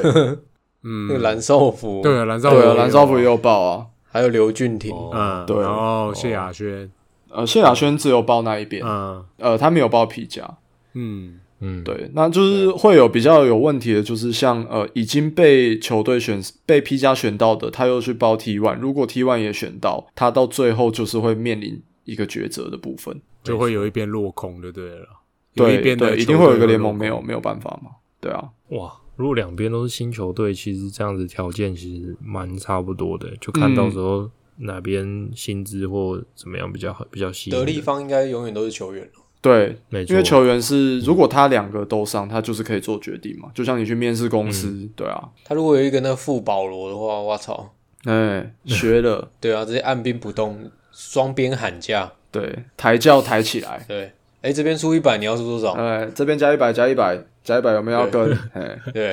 [SPEAKER 4] 嗯
[SPEAKER 5] 那个，蓝少辅，
[SPEAKER 4] 对，啊，蓝少
[SPEAKER 3] 对啊，
[SPEAKER 4] 辅
[SPEAKER 3] 蓝少辅也有报啊，
[SPEAKER 5] 还有刘俊廷，
[SPEAKER 4] 嗯，
[SPEAKER 3] 对哦
[SPEAKER 4] 然后谢亚轩，
[SPEAKER 3] 呃，谢亚轩只有报那一边，
[SPEAKER 4] 嗯
[SPEAKER 3] 呃，他没有报皮夹。
[SPEAKER 4] 嗯，
[SPEAKER 2] 嗯，
[SPEAKER 3] 对，啊那就是会有比较有问题的，就是像呃已经被球队选被 P 加选到的，他又去报 T one，如果 T one 也选到，他到最后就是会面临一个抉择的部分。
[SPEAKER 4] 就会有一边落空就对了，有一
[SPEAKER 3] 对
[SPEAKER 4] 边的
[SPEAKER 3] 对，一
[SPEAKER 4] 球
[SPEAKER 3] 定
[SPEAKER 4] 队
[SPEAKER 3] 会有一个联
[SPEAKER 4] 落
[SPEAKER 3] 盟
[SPEAKER 4] 空
[SPEAKER 3] 没有没有办法嘛？对啊，
[SPEAKER 2] 哇，如果两边都是新球队，其实这样子条件其实蛮差不多的，就看到时候哪边薪资或怎么样比较好，比较吸引
[SPEAKER 5] 得
[SPEAKER 2] 人
[SPEAKER 5] 力，方应该永远都是球员哦了
[SPEAKER 3] 对，
[SPEAKER 2] 没错，
[SPEAKER 3] 因为球员是如果他两个都上，他就是可以做决定嘛，就像你去面试公司，对啊，
[SPEAKER 5] 他如果有一个那副保罗的话，我操，
[SPEAKER 3] 哎、学了，
[SPEAKER 5] 对啊，直接按兵不动，双边喊价，
[SPEAKER 3] 对，抬轿抬起来，
[SPEAKER 5] 对，哎，这边出一百，你要出
[SPEAKER 3] (laughs)
[SPEAKER 5] 多少？
[SPEAKER 3] 哎、这边加一百，加一百，加一百，有没有要跟？哎、
[SPEAKER 5] 对，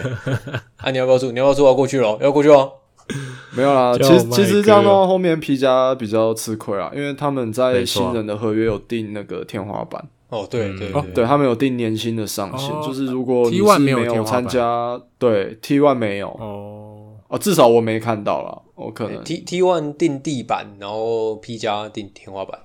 [SPEAKER 5] 啊，你要不要出？你要不要出？我要过去了，要过去哦。
[SPEAKER 3] 没有啦，
[SPEAKER 2] 叫
[SPEAKER 3] 其实
[SPEAKER 2] 麦
[SPEAKER 3] 其实这样的
[SPEAKER 2] 哥
[SPEAKER 3] 话，后面皮加比较吃亏啊，因为他们在
[SPEAKER 2] 没错啊
[SPEAKER 3] 新人的合约有定那个天花板，
[SPEAKER 5] 哦，对对
[SPEAKER 2] 哦
[SPEAKER 3] 嗯对他们有定年薪的上限，
[SPEAKER 4] 哦
[SPEAKER 3] 就是如果你
[SPEAKER 4] T1
[SPEAKER 3] 是
[SPEAKER 4] 没有天花
[SPEAKER 3] 有
[SPEAKER 4] 板
[SPEAKER 3] 参加，对 T one 没有哦
[SPEAKER 4] 哦，
[SPEAKER 3] 至少我没看到啦，我可能
[SPEAKER 5] 哎 T T One 定地板，然后 P 加定天花板，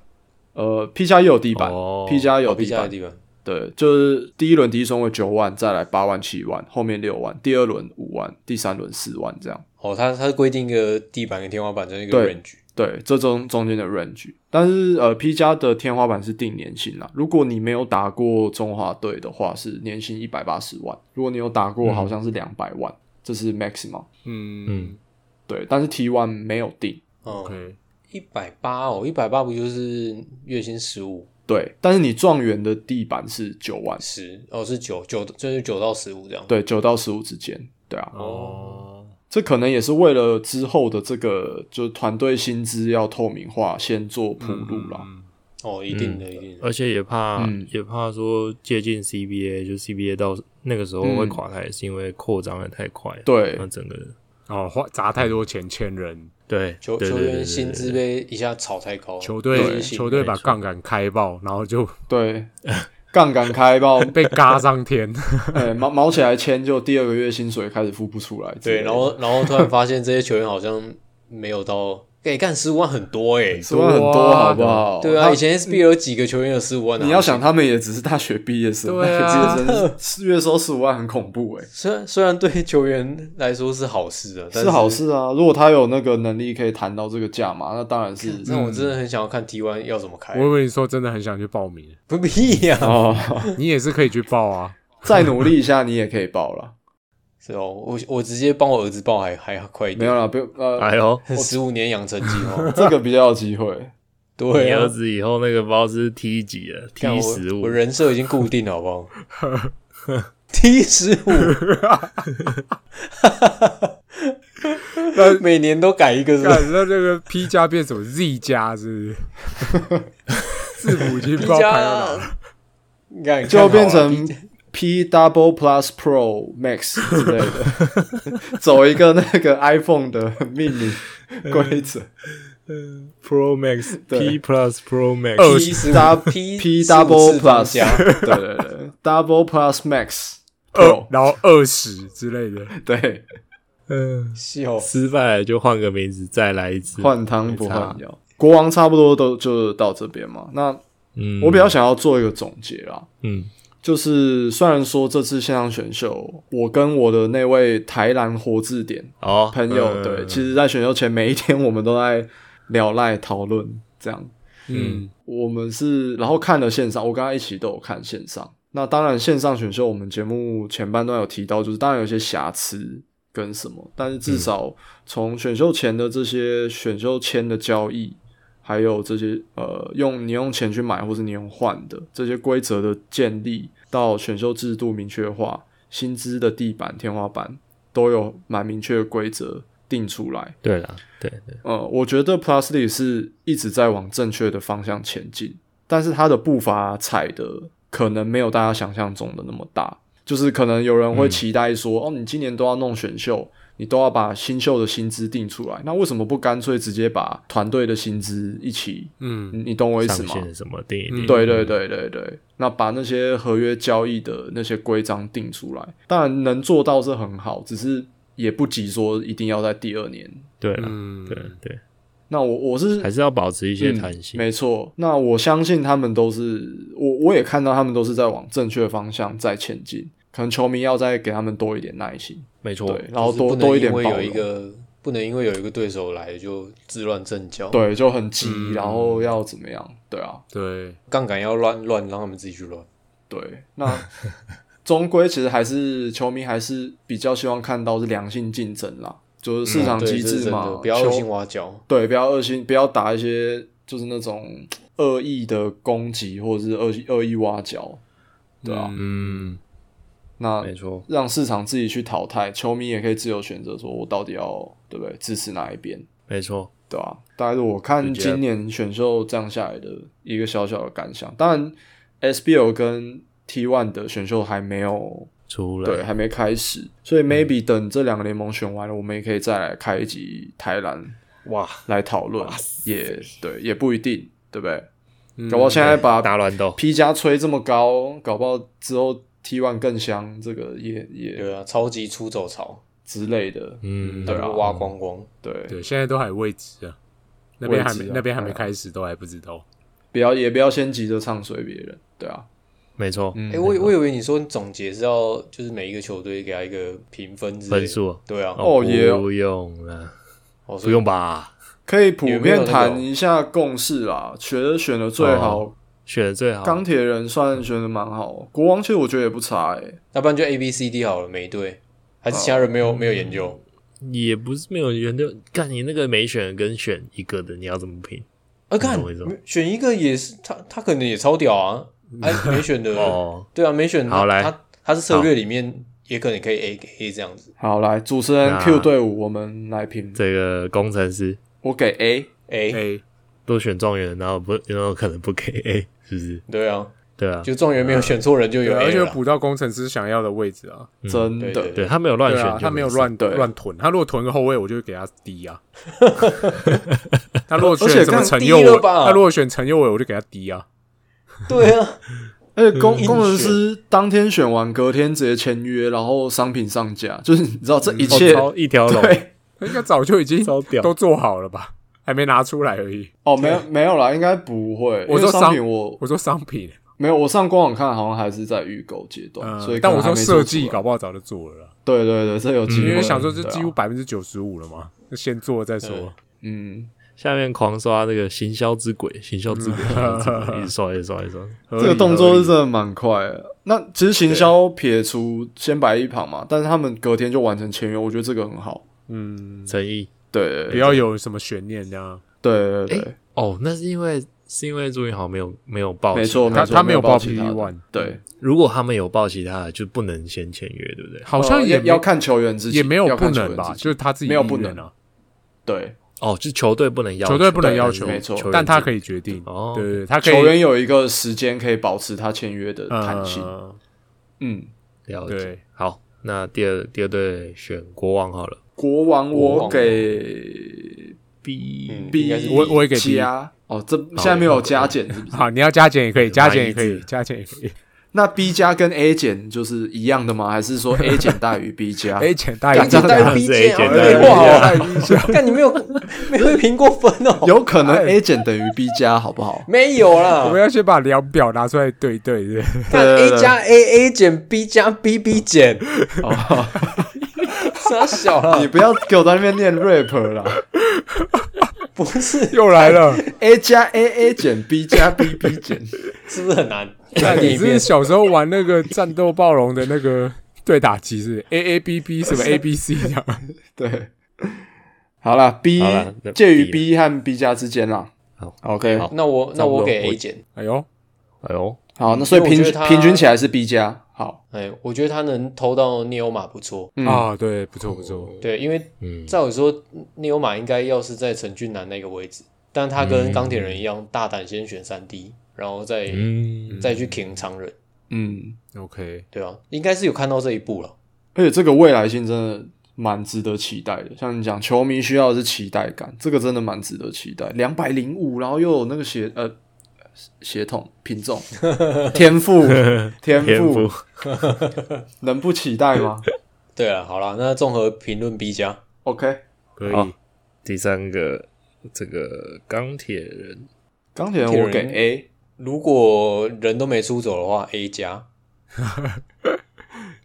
[SPEAKER 3] 呃 P 加也有地板
[SPEAKER 2] 哦
[SPEAKER 3] ，P 加有
[SPEAKER 5] P
[SPEAKER 3] 地
[SPEAKER 5] 加的
[SPEAKER 3] 板，
[SPEAKER 5] 地板，
[SPEAKER 3] 对，就是第一轮第一顺位九万，再来八万七万，后面六万，第二轮五万，第三轮四万这样。
[SPEAKER 5] 哦，他他规定一个地板跟天花板的一个
[SPEAKER 3] 对
[SPEAKER 5] range，
[SPEAKER 3] 对，这中中间的 range，但是呃，P 加的天花板是定年薪啦。如果你没有打过中华队的话，是年薪一百八十万；如果你有打过，好像是两百万，这是 maximum。
[SPEAKER 4] 嗯
[SPEAKER 2] 嗯
[SPEAKER 3] 对，但是 T one 没有定。
[SPEAKER 5] 嗯，
[SPEAKER 4] ，OK，
[SPEAKER 5] 一百八哦，一百八不就是月薪十五
[SPEAKER 3] 对，但是你状元的地板是九万，
[SPEAKER 5] 十哦，是九九就是九到十五这样。
[SPEAKER 3] 对，九到十五之间。对啊，
[SPEAKER 4] 哦，
[SPEAKER 3] 这可能也是为了之后的这个就是团队薪资要透明化，先做铺路啦。
[SPEAKER 4] 嗯
[SPEAKER 5] 哦，一定的，一定的。
[SPEAKER 2] 而且也怕、
[SPEAKER 3] 嗯
[SPEAKER 2] 也怕说接近 CBA，就 CBA 到那个时候会
[SPEAKER 3] 嗯
[SPEAKER 2] 垮台，是因为扩张的太快，，
[SPEAKER 3] 对
[SPEAKER 2] 那整个
[SPEAKER 4] 哦，花砸太多钱欠人，
[SPEAKER 2] 对
[SPEAKER 5] 球
[SPEAKER 2] 对
[SPEAKER 5] 球
[SPEAKER 2] 对对
[SPEAKER 5] 员
[SPEAKER 2] 对
[SPEAKER 5] 薪
[SPEAKER 2] 对
[SPEAKER 5] 资被一下炒太高，
[SPEAKER 4] 球
[SPEAKER 5] 对
[SPEAKER 4] 队球队
[SPEAKER 2] 没
[SPEAKER 4] 把
[SPEAKER 2] 错
[SPEAKER 4] 杠杆开爆，然后就
[SPEAKER 3] 对，杠杆开爆， (laughs)
[SPEAKER 4] 被嘎上天，
[SPEAKER 3] 哎，毛毛起来签，就第二个月薪水开始付不出来之类的。
[SPEAKER 5] 对，然后然后突然发现这些球员好像没有到，哎，干十五万很多哎，
[SPEAKER 3] 十啊万很多，好不好？
[SPEAKER 5] 对啊，
[SPEAKER 3] 他
[SPEAKER 5] 以前 SBL 有几个球员有十五万啊的？
[SPEAKER 3] 你要想，，他们也只是大学毕业生，(laughs)
[SPEAKER 4] 对啊
[SPEAKER 3] 大学毕业生月收十五万很恐怖哎、
[SPEAKER 5] 虽然虽然对球员来说是好事啊，但
[SPEAKER 3] 是好。事啊。如果他有那个能力可以谈到这个价码，那当然是
[SPEAKER 5] 那我真的很想要看 T1 要怎么开
[SPEAKER 4] 我，以为你说真的很想去报名，
[SPEAKER 5] 不必呀，
[SPEAKER 3] 哦， (laughs)
[SPEAKER 4] 你也是可以去报啊。
[SPEAKER 3] 再努力一下，你也可以报了。
[SPEAKER 5] 是哦，我我直接帮我儿子报还还快一
[SPEAKER 3] 没
[SPEAKER 5] 点，
[SPEAKER 3] 有啦，不用呃，，
[SPEAKER 2] 哎呦，
[SPEAKER 5] 十五年养成计划
[SPEAKER 3] 这个比较有机会。
[SPEAKER 5] 对
[SPEAKER 2] 你
[SPEAKER 5] 啊
[SPEAKER 2] 儿，子以后那个包是 T 几了
[SPEAKER 5] 看
[SPEAKER 2] ？T
[SPEAKER 5] 我
[SPEAKER 2] 十五
[SPEAKER 5] 我，人设已经
[SPEAKER 3] (laughs)
[SPEAKER 5] 固定了，好不好？T 十五，每年都改一个是不
[SPEAKER 4] (laughs) 干
[SPEAKER 5] 是？
[SPEAKER 4] 那这个 P 加变什么 Z 加是 (laughs) 不是？字母已经不知道
[SPEAKER 5] P 加
[SPEAKER 4] 排到哪了。
[SPEAKER 5] 你看
[SPEAKER 3] 就变成
[SPEAKER 5] 看好啊
[SPEAKER 3] P Double Plus Pro Max 之类的， (laughs) 走一个那个 iPhone 的命名规
[SPEAKER 5] (laughs)
[SPEAKER 3] 则。
[SPEAKER 2] Pro Max
[SPEAKER 3] 对
[SPEAKER 2] P Plus Pro Max，
[SPEAKER 4] 二
[SPEAKER 5] P 十
[SPEAKER 3] P
[SPEAKER 5] P
[SPEAKER 3] P
[SPEAKER 5] 15
[SPEAKER 3] Double
[SPEAKER 5] 次方
[SPEAKER 3] Plus，
[SPEAKER 5] 加，
[SPEAKER 3] (laughs) 对对对，Double Plus Max
[SPEAKER 4] 二
[SPEAKER 5] 哦
[SPEAKER 3] Pro，，
[SPEAKER 4] 然后二十之类的，
[SPEAKER 3] 对，
[SPEAKER 2] 嗯，
[SPEAKER 5] 笑
[SPEAKER 2] 失败了就换个名字再来一次。
[SPEAKER 3] 换汤不
[SPEAKER 2] 没
[SPEAKER 3] 换
[SPEAKER 2] 差
[SPEAKER 5] 嗯
[SPEAKER 3] 药。国王差不多都就到这边嘛。那
[SPEAKER 2] 嗯，
[SPEAKER 3] 我比较想要做一个总结啦，
[SPEAKER 2] 嗯
[SPEAKER 3] 就是虽然说这次线上选秀，我跟我的那位台南活字典
[SPEAKER 2] 哦
[SPEAKER 3] 朋
[SPEAKER 2] 嗯
[SPEAKER 3] 友，对，其实在选秀前每一天我们都在聊赖讨论这样。
[SPEAKER 4] 嗯，
[SPEAKER 3] 我们是然后看了线上，我跟他一起都有看线上。那当然，线上选秀我们节目前半段有提到，就是当然有些瑕疵跟什么，但是至少从选秀前的这些选秀签的交易，还有这些呃用你用钱去买或是你用换的这些规则的建立，到选秀制度明确化、薪资的地板、天花板，都有蛮明确的规则定出来。
[SPEAKER 2] 对了，对对，
[SPEAKER 3] 呃，我觉得 Plusly 是一直在往正确的方向前进，但是它的步伐踩的可能没有大家想象中的那么大。就是可能有人会期待说，哦，你今年都要弄选秀，你都要把新秀的薪资定出来，那为什么不干脆直接把团队的薪资一起？
[SPEAKER 4] 嗯，
[SPEAKER 3] 你你懂我意思
[SPEAKER 2] 上
[SPEAKER 3] 吗？
[SPEAKER 2] 线什么定一定，
[SPEAKER 4] 嗯
[SPEAKER 3] 对对对对对，那把那些合约交易的那些规章定出来，当然能做到是很好，只是也不急说一定要在第二年。
[SPEAKER 2] 对了，
[SPEAKER 4] 嗯
[SPEAKER 2] 对对，
[SPEAKER 3] 那我我是
[SPEAKER 2] 还是要保持一些弹性
[SPEAKER 3] 嗯。。没错，那我相信他们都是，我我也看到他们都是在往正确的方向在前进。可能球迷要再给他们多一点耐心，
[SPEAKER 2] 没错，
[SPEAKER 3] 对，然后
[SPEAKER 5] 哦就是
[SPEAKER 3] 多
[SPEAKER 5] 不能
[SPEAKER 3] 多一点
[SPEAKER 5] 因
[SPEAKER 3] 包
[SPEAKER 5] 为有一
[SPEAKER 3] 容，
[SPEAKER 5] 个不能因为有一个对手来就自乱阵脚，，
[SPEAKER 3] 对，就很急，
[SPEAKER 4] 嗯
[SPEAKER 3] 然后要怎么样？对啊，
[SPEAKER 4] 对，
[SPEAKER 5] 杠杆要乱乱，让他们自己去乱。
[SPEAKER 3] 对，那终归其实还是球迷还是比较希望看到是良性竞争啦，就是市场
[SPEAKER 5] 嗯对
[SPEAKER 3] 机
[SPEAKER 5] 这是
[SPEAKER 3] 制
[SPEAKER 5] 真
[SPEAKER 3] 嘛，
[SPEAKER 5] 的不要恶
[SPEAKER 3] 球
[SPEAKER 5] 性挖角。
[SPEAKER 3] 对，不要恶心，不要打一些就是那种恶意的攻击或者是恶意恶意挖角，对啊，
[SPEAKER 2] 嗯，
[SPEAKER 3] 那
[SPEAKER 2] 没错，
[SPEAKER 3] 让市场自己去淘汰，球迷也可以自由选择，说我到底要对不对支持哪一边，
[SPEAKER 2] 没错，
[SPEAKER 3] 对吧、大概是我看
[SPEAKER 2] 就觉得
[SPEAKER 3] 今年选秀这样下来的一个小小的感想。当然，SBL 跟 T One 的选秀还没有
[SPEAKER 2] 出来，
[SPEAKER 3] 对，还没开始，所以 maybe 等这两个联盟选完了，我们也可以再来开一集台篮
[SPEAKER 2] 哇，
[SPEAKER 3] 来讨论，也对，也不一定，对不对？
[SPEAKER 4] 嗯
[SPEAKER 3] 搞不好现在把
[SPEAKER 2] 大乱斗，
[SPEAKER 3] P 加吹这么高，搞不好之后 T One 更香，这个也也
[SPEAKER 5] 对啊，超级出走潮，
[SPEAKER 3] 之类的，
[SPEAKER 2] 嗯，
[SPEAKER 5] 那
[SPEAKER 3] 对啊
[SPEAKER 5] 就挖光光。
[SPEAKER 3] 对，
[SPEAKER 4] 对，现在都还未知啊，那边还
[SPEAKER 3] 未
[SPEAKER 4] 没
[SPEAKER 3] 知啊
[SPEAKER 4] 那边还没
[SPEAKER 3] 对啊
[SPEAKER 4] 开始，都还不知道。
[SPEAKER 3] 不要也不要先急着唱衰别人，对啊，
[SPEAKER 2] 没错，
[SPEAKER 5] 哎、我以我以为你说你总结是要就是每一个球队给他一个评分之类的
[SPEAKER 2] 分。数
[SPEAKER 5] 对啊，
[SPEAKER 3] 哦也有
[SPEAKER 2] 不用了，
[SPEAKER 5] 哦
[SPEAKER 2] 不用吧？
[SPEAKER 3] 可以普
[SPEAKER 5] 有没有
[SPEAKER 3] 遍
[SPEAKER 5] 那
[SPEAKER 3] 谈
[SPEAKER 5] 种
[SPEAKER 3] 一下共识啦。觉得选的最好
[SPEAKER 2] 哦，选的最好，
[SPEAKER 3] 钢铁人算选的蛮好，国王其实我觉得也不差欸诶。
[SPEAKER 5] 那不然就 A B C D 好了，每一队还是其他人没有、没有研究，啊
[SPEAKER 2] 也不是没有人对，干你那个没选跟选一个的，你要怎么评？
[SPEAKER 5] 啊，看
[SPEAKER 2] 懂我意思吗
[SPEAKER 5] 选一个也是他，他可能也超屌啊！哎，没选的，
[SPEAKER 2] 哦，
[SPEAKER 5] 对啊，没选
[SPEAKER 2] 好来
[SPEAKER 5] 他他是策略里面也可能可以 A A 这样子
[SPEAKER 3] 好，来主持人
[SPEAKER 2] 那
[SPEAKER 3] Q 队伍，我们来评，
[SPEAKER 2] 这个工程师
[SPEAKER 3] 我给 A，
[SPEAKER 5] A，
[SPEAKER 4] A
[SPEAKER 2] 都选状元，然后不，然后可能不给 (laughs) A，是不是？
[SPEAKER 5] 对啊，
[SPEAKER 2] 对啊，
[SPEAKER 5] 就状元没有选错人就
[SPEAKER 4] 对
[SPEAKER 5] 有
[SPEAKER 4] 啊，
[SPEAKER 5] A
[SPEAKER 4] 而且
[SPEAKER 5] 了
[SPEAKER 4] 有
[SPEAKER 5] 啦，
[SPEAKER 4] 补到工程师想要的位置啊。
[SPEAKER 2] 嗯
[SPEAKER 3] 真
[SPEAKER 5] 对
[SPEAKER 3] 的
[SPEAKER 5] 对
[SPEAKER 2] 对他没有乱
[SPEAKER 4] 对
[SPEAKER 2] 选
[SPEAKER 4] 啊，，他没有，乱
[SPEAKER 3] 对
[SPEAKER 4] 乱囤，他如果囤个后卫，我就会给他
[SPEAKER 3] (laughs)
[SPEAKER 4] 低啊。他如果
[SPEAKER 3] 而且
[SPEAKER 4] 选什么
[SPEAKER 3] 更
[SPEAKER 4] 陈
[SPEAKER 5] 低
[SPEAKER 4] 佑
[SPEAKER 5] 了
[SPEAKER 4] 伟，
[SPEAKER 5] 吧
[SPEAKER 4] 他如果选陈佑伟，我就给他低啊。
[SPEAKER 5] 对啊，
[SPEAKER 3] 而且工
[SPEAKER 5] 嗯
[SPEAKER 3] 工程师当天选完，隔天直接签约，然后商品上架，就是你知道这一
[SPEAKER 2] 哦
[SPEAKER 4] 嗯
[SPEAKER 3] 切
[SPEAKER 2] 超一条龙，
[SPEAKER 3] (laughs) 对
[SPEAKER 4] 应该早就已经
[SPEAKER 2] 超屌
[SPEAKER 4] 都做好了吧，还没拿出来而已。
[SPEAKER 3] 哦，没有没有啦，应该不会，
[SPEAKER 4] 我
[SPEAKER 3] 因为
[SPEAKER 4] 说
[SPEAKER 3] 商
[SPEAKER 4] 商
[SPEAKER 3] 品我
[SPEAKER 4] 我说商品，
[SPEAKER 3] 没有，我上官网看好像还是在预购阶段，
[SPEAKER 4] 嗯，
[SPEAKER 3] 所以
[SPEAKER 4] 但
[SPEAKER 3] 可
[SPEAKER 4] 我
[SPEAKER 3] 能还
[SPEAKER 4] 说
[SPEAKER 3] 没做
[SPEAKER 4] 设计
[SPEAKER 3] 出来
[SPEAKER 4] 搞不好早就做了啦，
[SPEAKER 3] 对对对，这有机
[SPEAKER 4] 因
[SPEAKER 3] 会，
[SPEAKER 4] 为想说这
[SPEAKER 3] 对啊
[SPEAKER 4] 几乎百分之九十五了嘛，就先做再说。
[SPEAKER 3] 嗯，
[SPEAKER 2] 下面狂刷那个行销之鬼，行销之鬼，行销之鬼一直刷，一直刷，一直刷。
[SPEAKER 4] 这
[SPEAKER 3] 这个动作是真的蛮快的。那其实行销撇除先摆一旁嘛，但是他们隔天就完成签约，我觉得这个很好。
[SPEAKER 4] 嗯，
[SPEAKER 2] 诚意
[SPEAKER 3] 对对
[SPEAKER 4] 不
[SPEAKER 3] 对
[SPEAKER 4] 要有什么悬念这样。
[SPEAKER 3] 对对对，
[SPEAKER 2] 哦，那是因为是因为朱云豪没有没有报，
[SPEAKER 3] 没错，
[SPEAKER 4] 他
[SPEAKER 3] 错，
[SPEAKER 4] 他
[SPEAKER 3] 没
[SPEAKER 4] 没有
[SPEAKER 3] 报
[SPEAKER 4] 报
[SPEAKER 3] 其
[SPEAKER 4] P
[SPEAKER 3] 他的呃
[SPEAKER 4] One，
[SPEAKER 3] 对，
[SPEAKER 2] 如果他们有报其他的，就不能先签约，对不对？
[SPEAKER 4] 好像
[SPEAKER 3] 呃
[SPEAKER 4] 也
[SPEAKER 3] 要
[SPEAKER 4] 没
[SPEAKER 3] 要看球员自己，
[SPEAKER 4] 也没有
[SPEAKER 3] 要
[SPEAKER 4] 不
[SPEAKER 3] 看球
[SPEAKER 4] 能
[SPEAKER 3] 员
[SPEAKER 4] 吧，
[SPEAKER 3] 自己
[SPEAKER 4] 就是他自己
[SPEAKER 3] 没有
[SPEAKER 4] 意
[SPEAKER 3] 不
[SPEAKER 4] 愿
[SPEAKER 3] 能
[SPEAKER 4] 啊。
[SPEAKER 3] 对，
[SPEAKER 2] 哦，就球队不能要
[SPEAKER 4] 球队不能要求，
[SPEAKER 3] 没错
[SPEAKER 2] 球员
[SPEAKER 4] 但他
[SPEAKER 2] 自
[SPEAKER 4] 可以决定。
[SPEAKER 2] 哦
[SPEAKER 4] 对对对，他可以
[SPEAKER 3] 球员有一个时间可以保持他签约的弹性。
[SPEAKER 4] 呃
[SPEAKER 3] 嗯，
[SPEAKER 2] 了解。
[SPEAKER 4] 对，
[SPEAKER 2] 好，那第二第二队选国王好了，
[SPEAKER 3] 国王
[SPEAKER 5] 国
[SPEAKER 3] 我
[SPEAKER 5] 王
[SPEAKER 3] 给 B
[SPEAKER 5] 嗯应该
[SPEAKER 3] B，
[SPEAKER 5] 是 B 我
[SPEAKER 4] 我也给 B
[SPEAKER 3] 加哦，这现在没有加减是不是？
[SPEAKER 4] 好，你要加减也可以，加减也可
[SPEAKER 2] 满意
[SPEAKER 4] 以，
[SPEAKER 2] 字
[SPEAKER 4] 加减也可以。
[SPEAKER 3] 那 B 加跟 A 减就是一样的吗？还是说 A 减大于 B 啊加
[SPEAKER 4] (laughs) A 减哎大于
[SPEAKER 3] 干
[SPEAKER 4] B
[SPEAKER 3] 这
[SPEAKER 5] 大于
[SPEAKER 3] 样
[SPEAKER 5] B
[SPEAKER 2] 子
[SPEAKER 5] 减，
[SPEAKER 2] A 减
[SPEAKER 5] 哎
[SPEAKER 2] 大于
[SPEAKER 5] 不好
[SPEAKER 2] B
[SPEAKER 5] 啊，但你没有 (laughs) 没有评过分哦，
[SPEAKER 3] 有可能
[SPEAKER 4] 哎
[SPEAKER 3] A 减等于 B 加，好不好？ (laughs)
[SPEAKER 5] 没有啦
[SPEAKER 4] 我们？要先把量表拿出来对一对，对不对
[SPEAKER 3] 对
[SPEAKER 5] 看
[SPEAKER 3] 对
[SPEAKER 5] A
[SPEAKER 3] 对
[SPEAKER 5] 加 A A 减 B 加 B B 减，
[SPEAKER 3] 哦，
[SPEAKER 5] (laughs) 傻小了
[SPEAKER 3] 你，不要给我在那边念 rap 啦。
[SPEAKER 5] 不是
[SPEAKER 4] 又
[SPEAKER 3] (laughs)
[SPEAKER 4] 来了。
[SPEAKER 3] A 加 A A 减 B 加 B B 减，
[SPEAKER 5] 是不是很难？
[SPEAKER 4] 看
[SPEAKER 5] 再念
[SPEAKER 4] 你
[SPEAKER 5] 一
[SPEAKER 4] 是
[SPEAKER 5] 遍，
[SPEAKER 4] 小时候玩那个战斗暴龙的那个对打机是 A A B B 什么 A B C 这样，
[SPEAKER 3] (laughs) 对。好啦 b
[SPEAKER 2] 好啦那
[SPEAKER 3] 介于
[SPEAKER 2] B
[SPEAKER 3] B 和 B 加之间啦。
[SPEAKER 2] 好
[SPEAKER 3] ，OK，
[SPEAKER 2] 好
[SPEAKER 5] 那我那我给
[SPEAKER 2] 我
[SPEAKER 5] A 减。
[SPEAKER 4] 哎呦，
[SPEAKER 2] 哎呦，
[SPEAKER 3] 好，那所以
[SPEAKER 5] 因为我
[SPEAKER 3] 平
[SPEAKER 5] 觉得他
[SPEAKER 3] 平均起来是 B 加。好，
[SPEAKER 5] 哎、我觉得他能偷到尼欧马不错。
[SPEAKER 3] 嗯，哦
[SPEAKER 4] 啊，对，不错不错，
[SPEAKER 5] 对，因为
[SPEAKER 2] 嗯，
[SPEAKER 5] 照理说，尼欧马应该要是在陈俊南那个位置，但他跟钢铁人一样，大胆先选三 D，然后再、
[SPEAKER 2] 嗯，
[SPEAKER 5] 再去挺常人，
[SPEAKER 3] 嗯，
[SPEAKER 4] OK，
[SPEAKER 5] 对啊，应该是有看到这一步了。
[SPEAKER 3] 而且这个未来性真的蛮值得期待的。像你讲，球迷需要的是期待感，这个真的蛮值得期待。两百零五，然后又有那个血呃血统品种
[SPEAKER 2] (laughs)
[SPEAKER 3] 天赋天
[SPEAKER 2] 天
[SPEAKER 3] 赋
[SPEAKER 2] 赋，
[SPEAKER 3] 能不期待吗
[SPEAKER 5] 对啊，好啦，那综合评论 B 加，
[SPEAKER 3] ？OK，
[SPEAKER 4] 可
[SPEAKER 2] 好
[SPEAKER 4] 以，
[SPEAKER 2] 第三个这个钢铁人，
[SPEAKER 3] 钢铁人我给
[SPEAKER 5] 钢铁人
[SPEAKER 3] A。
[SPEAKER 5] 如果人都没出走的话，A 加。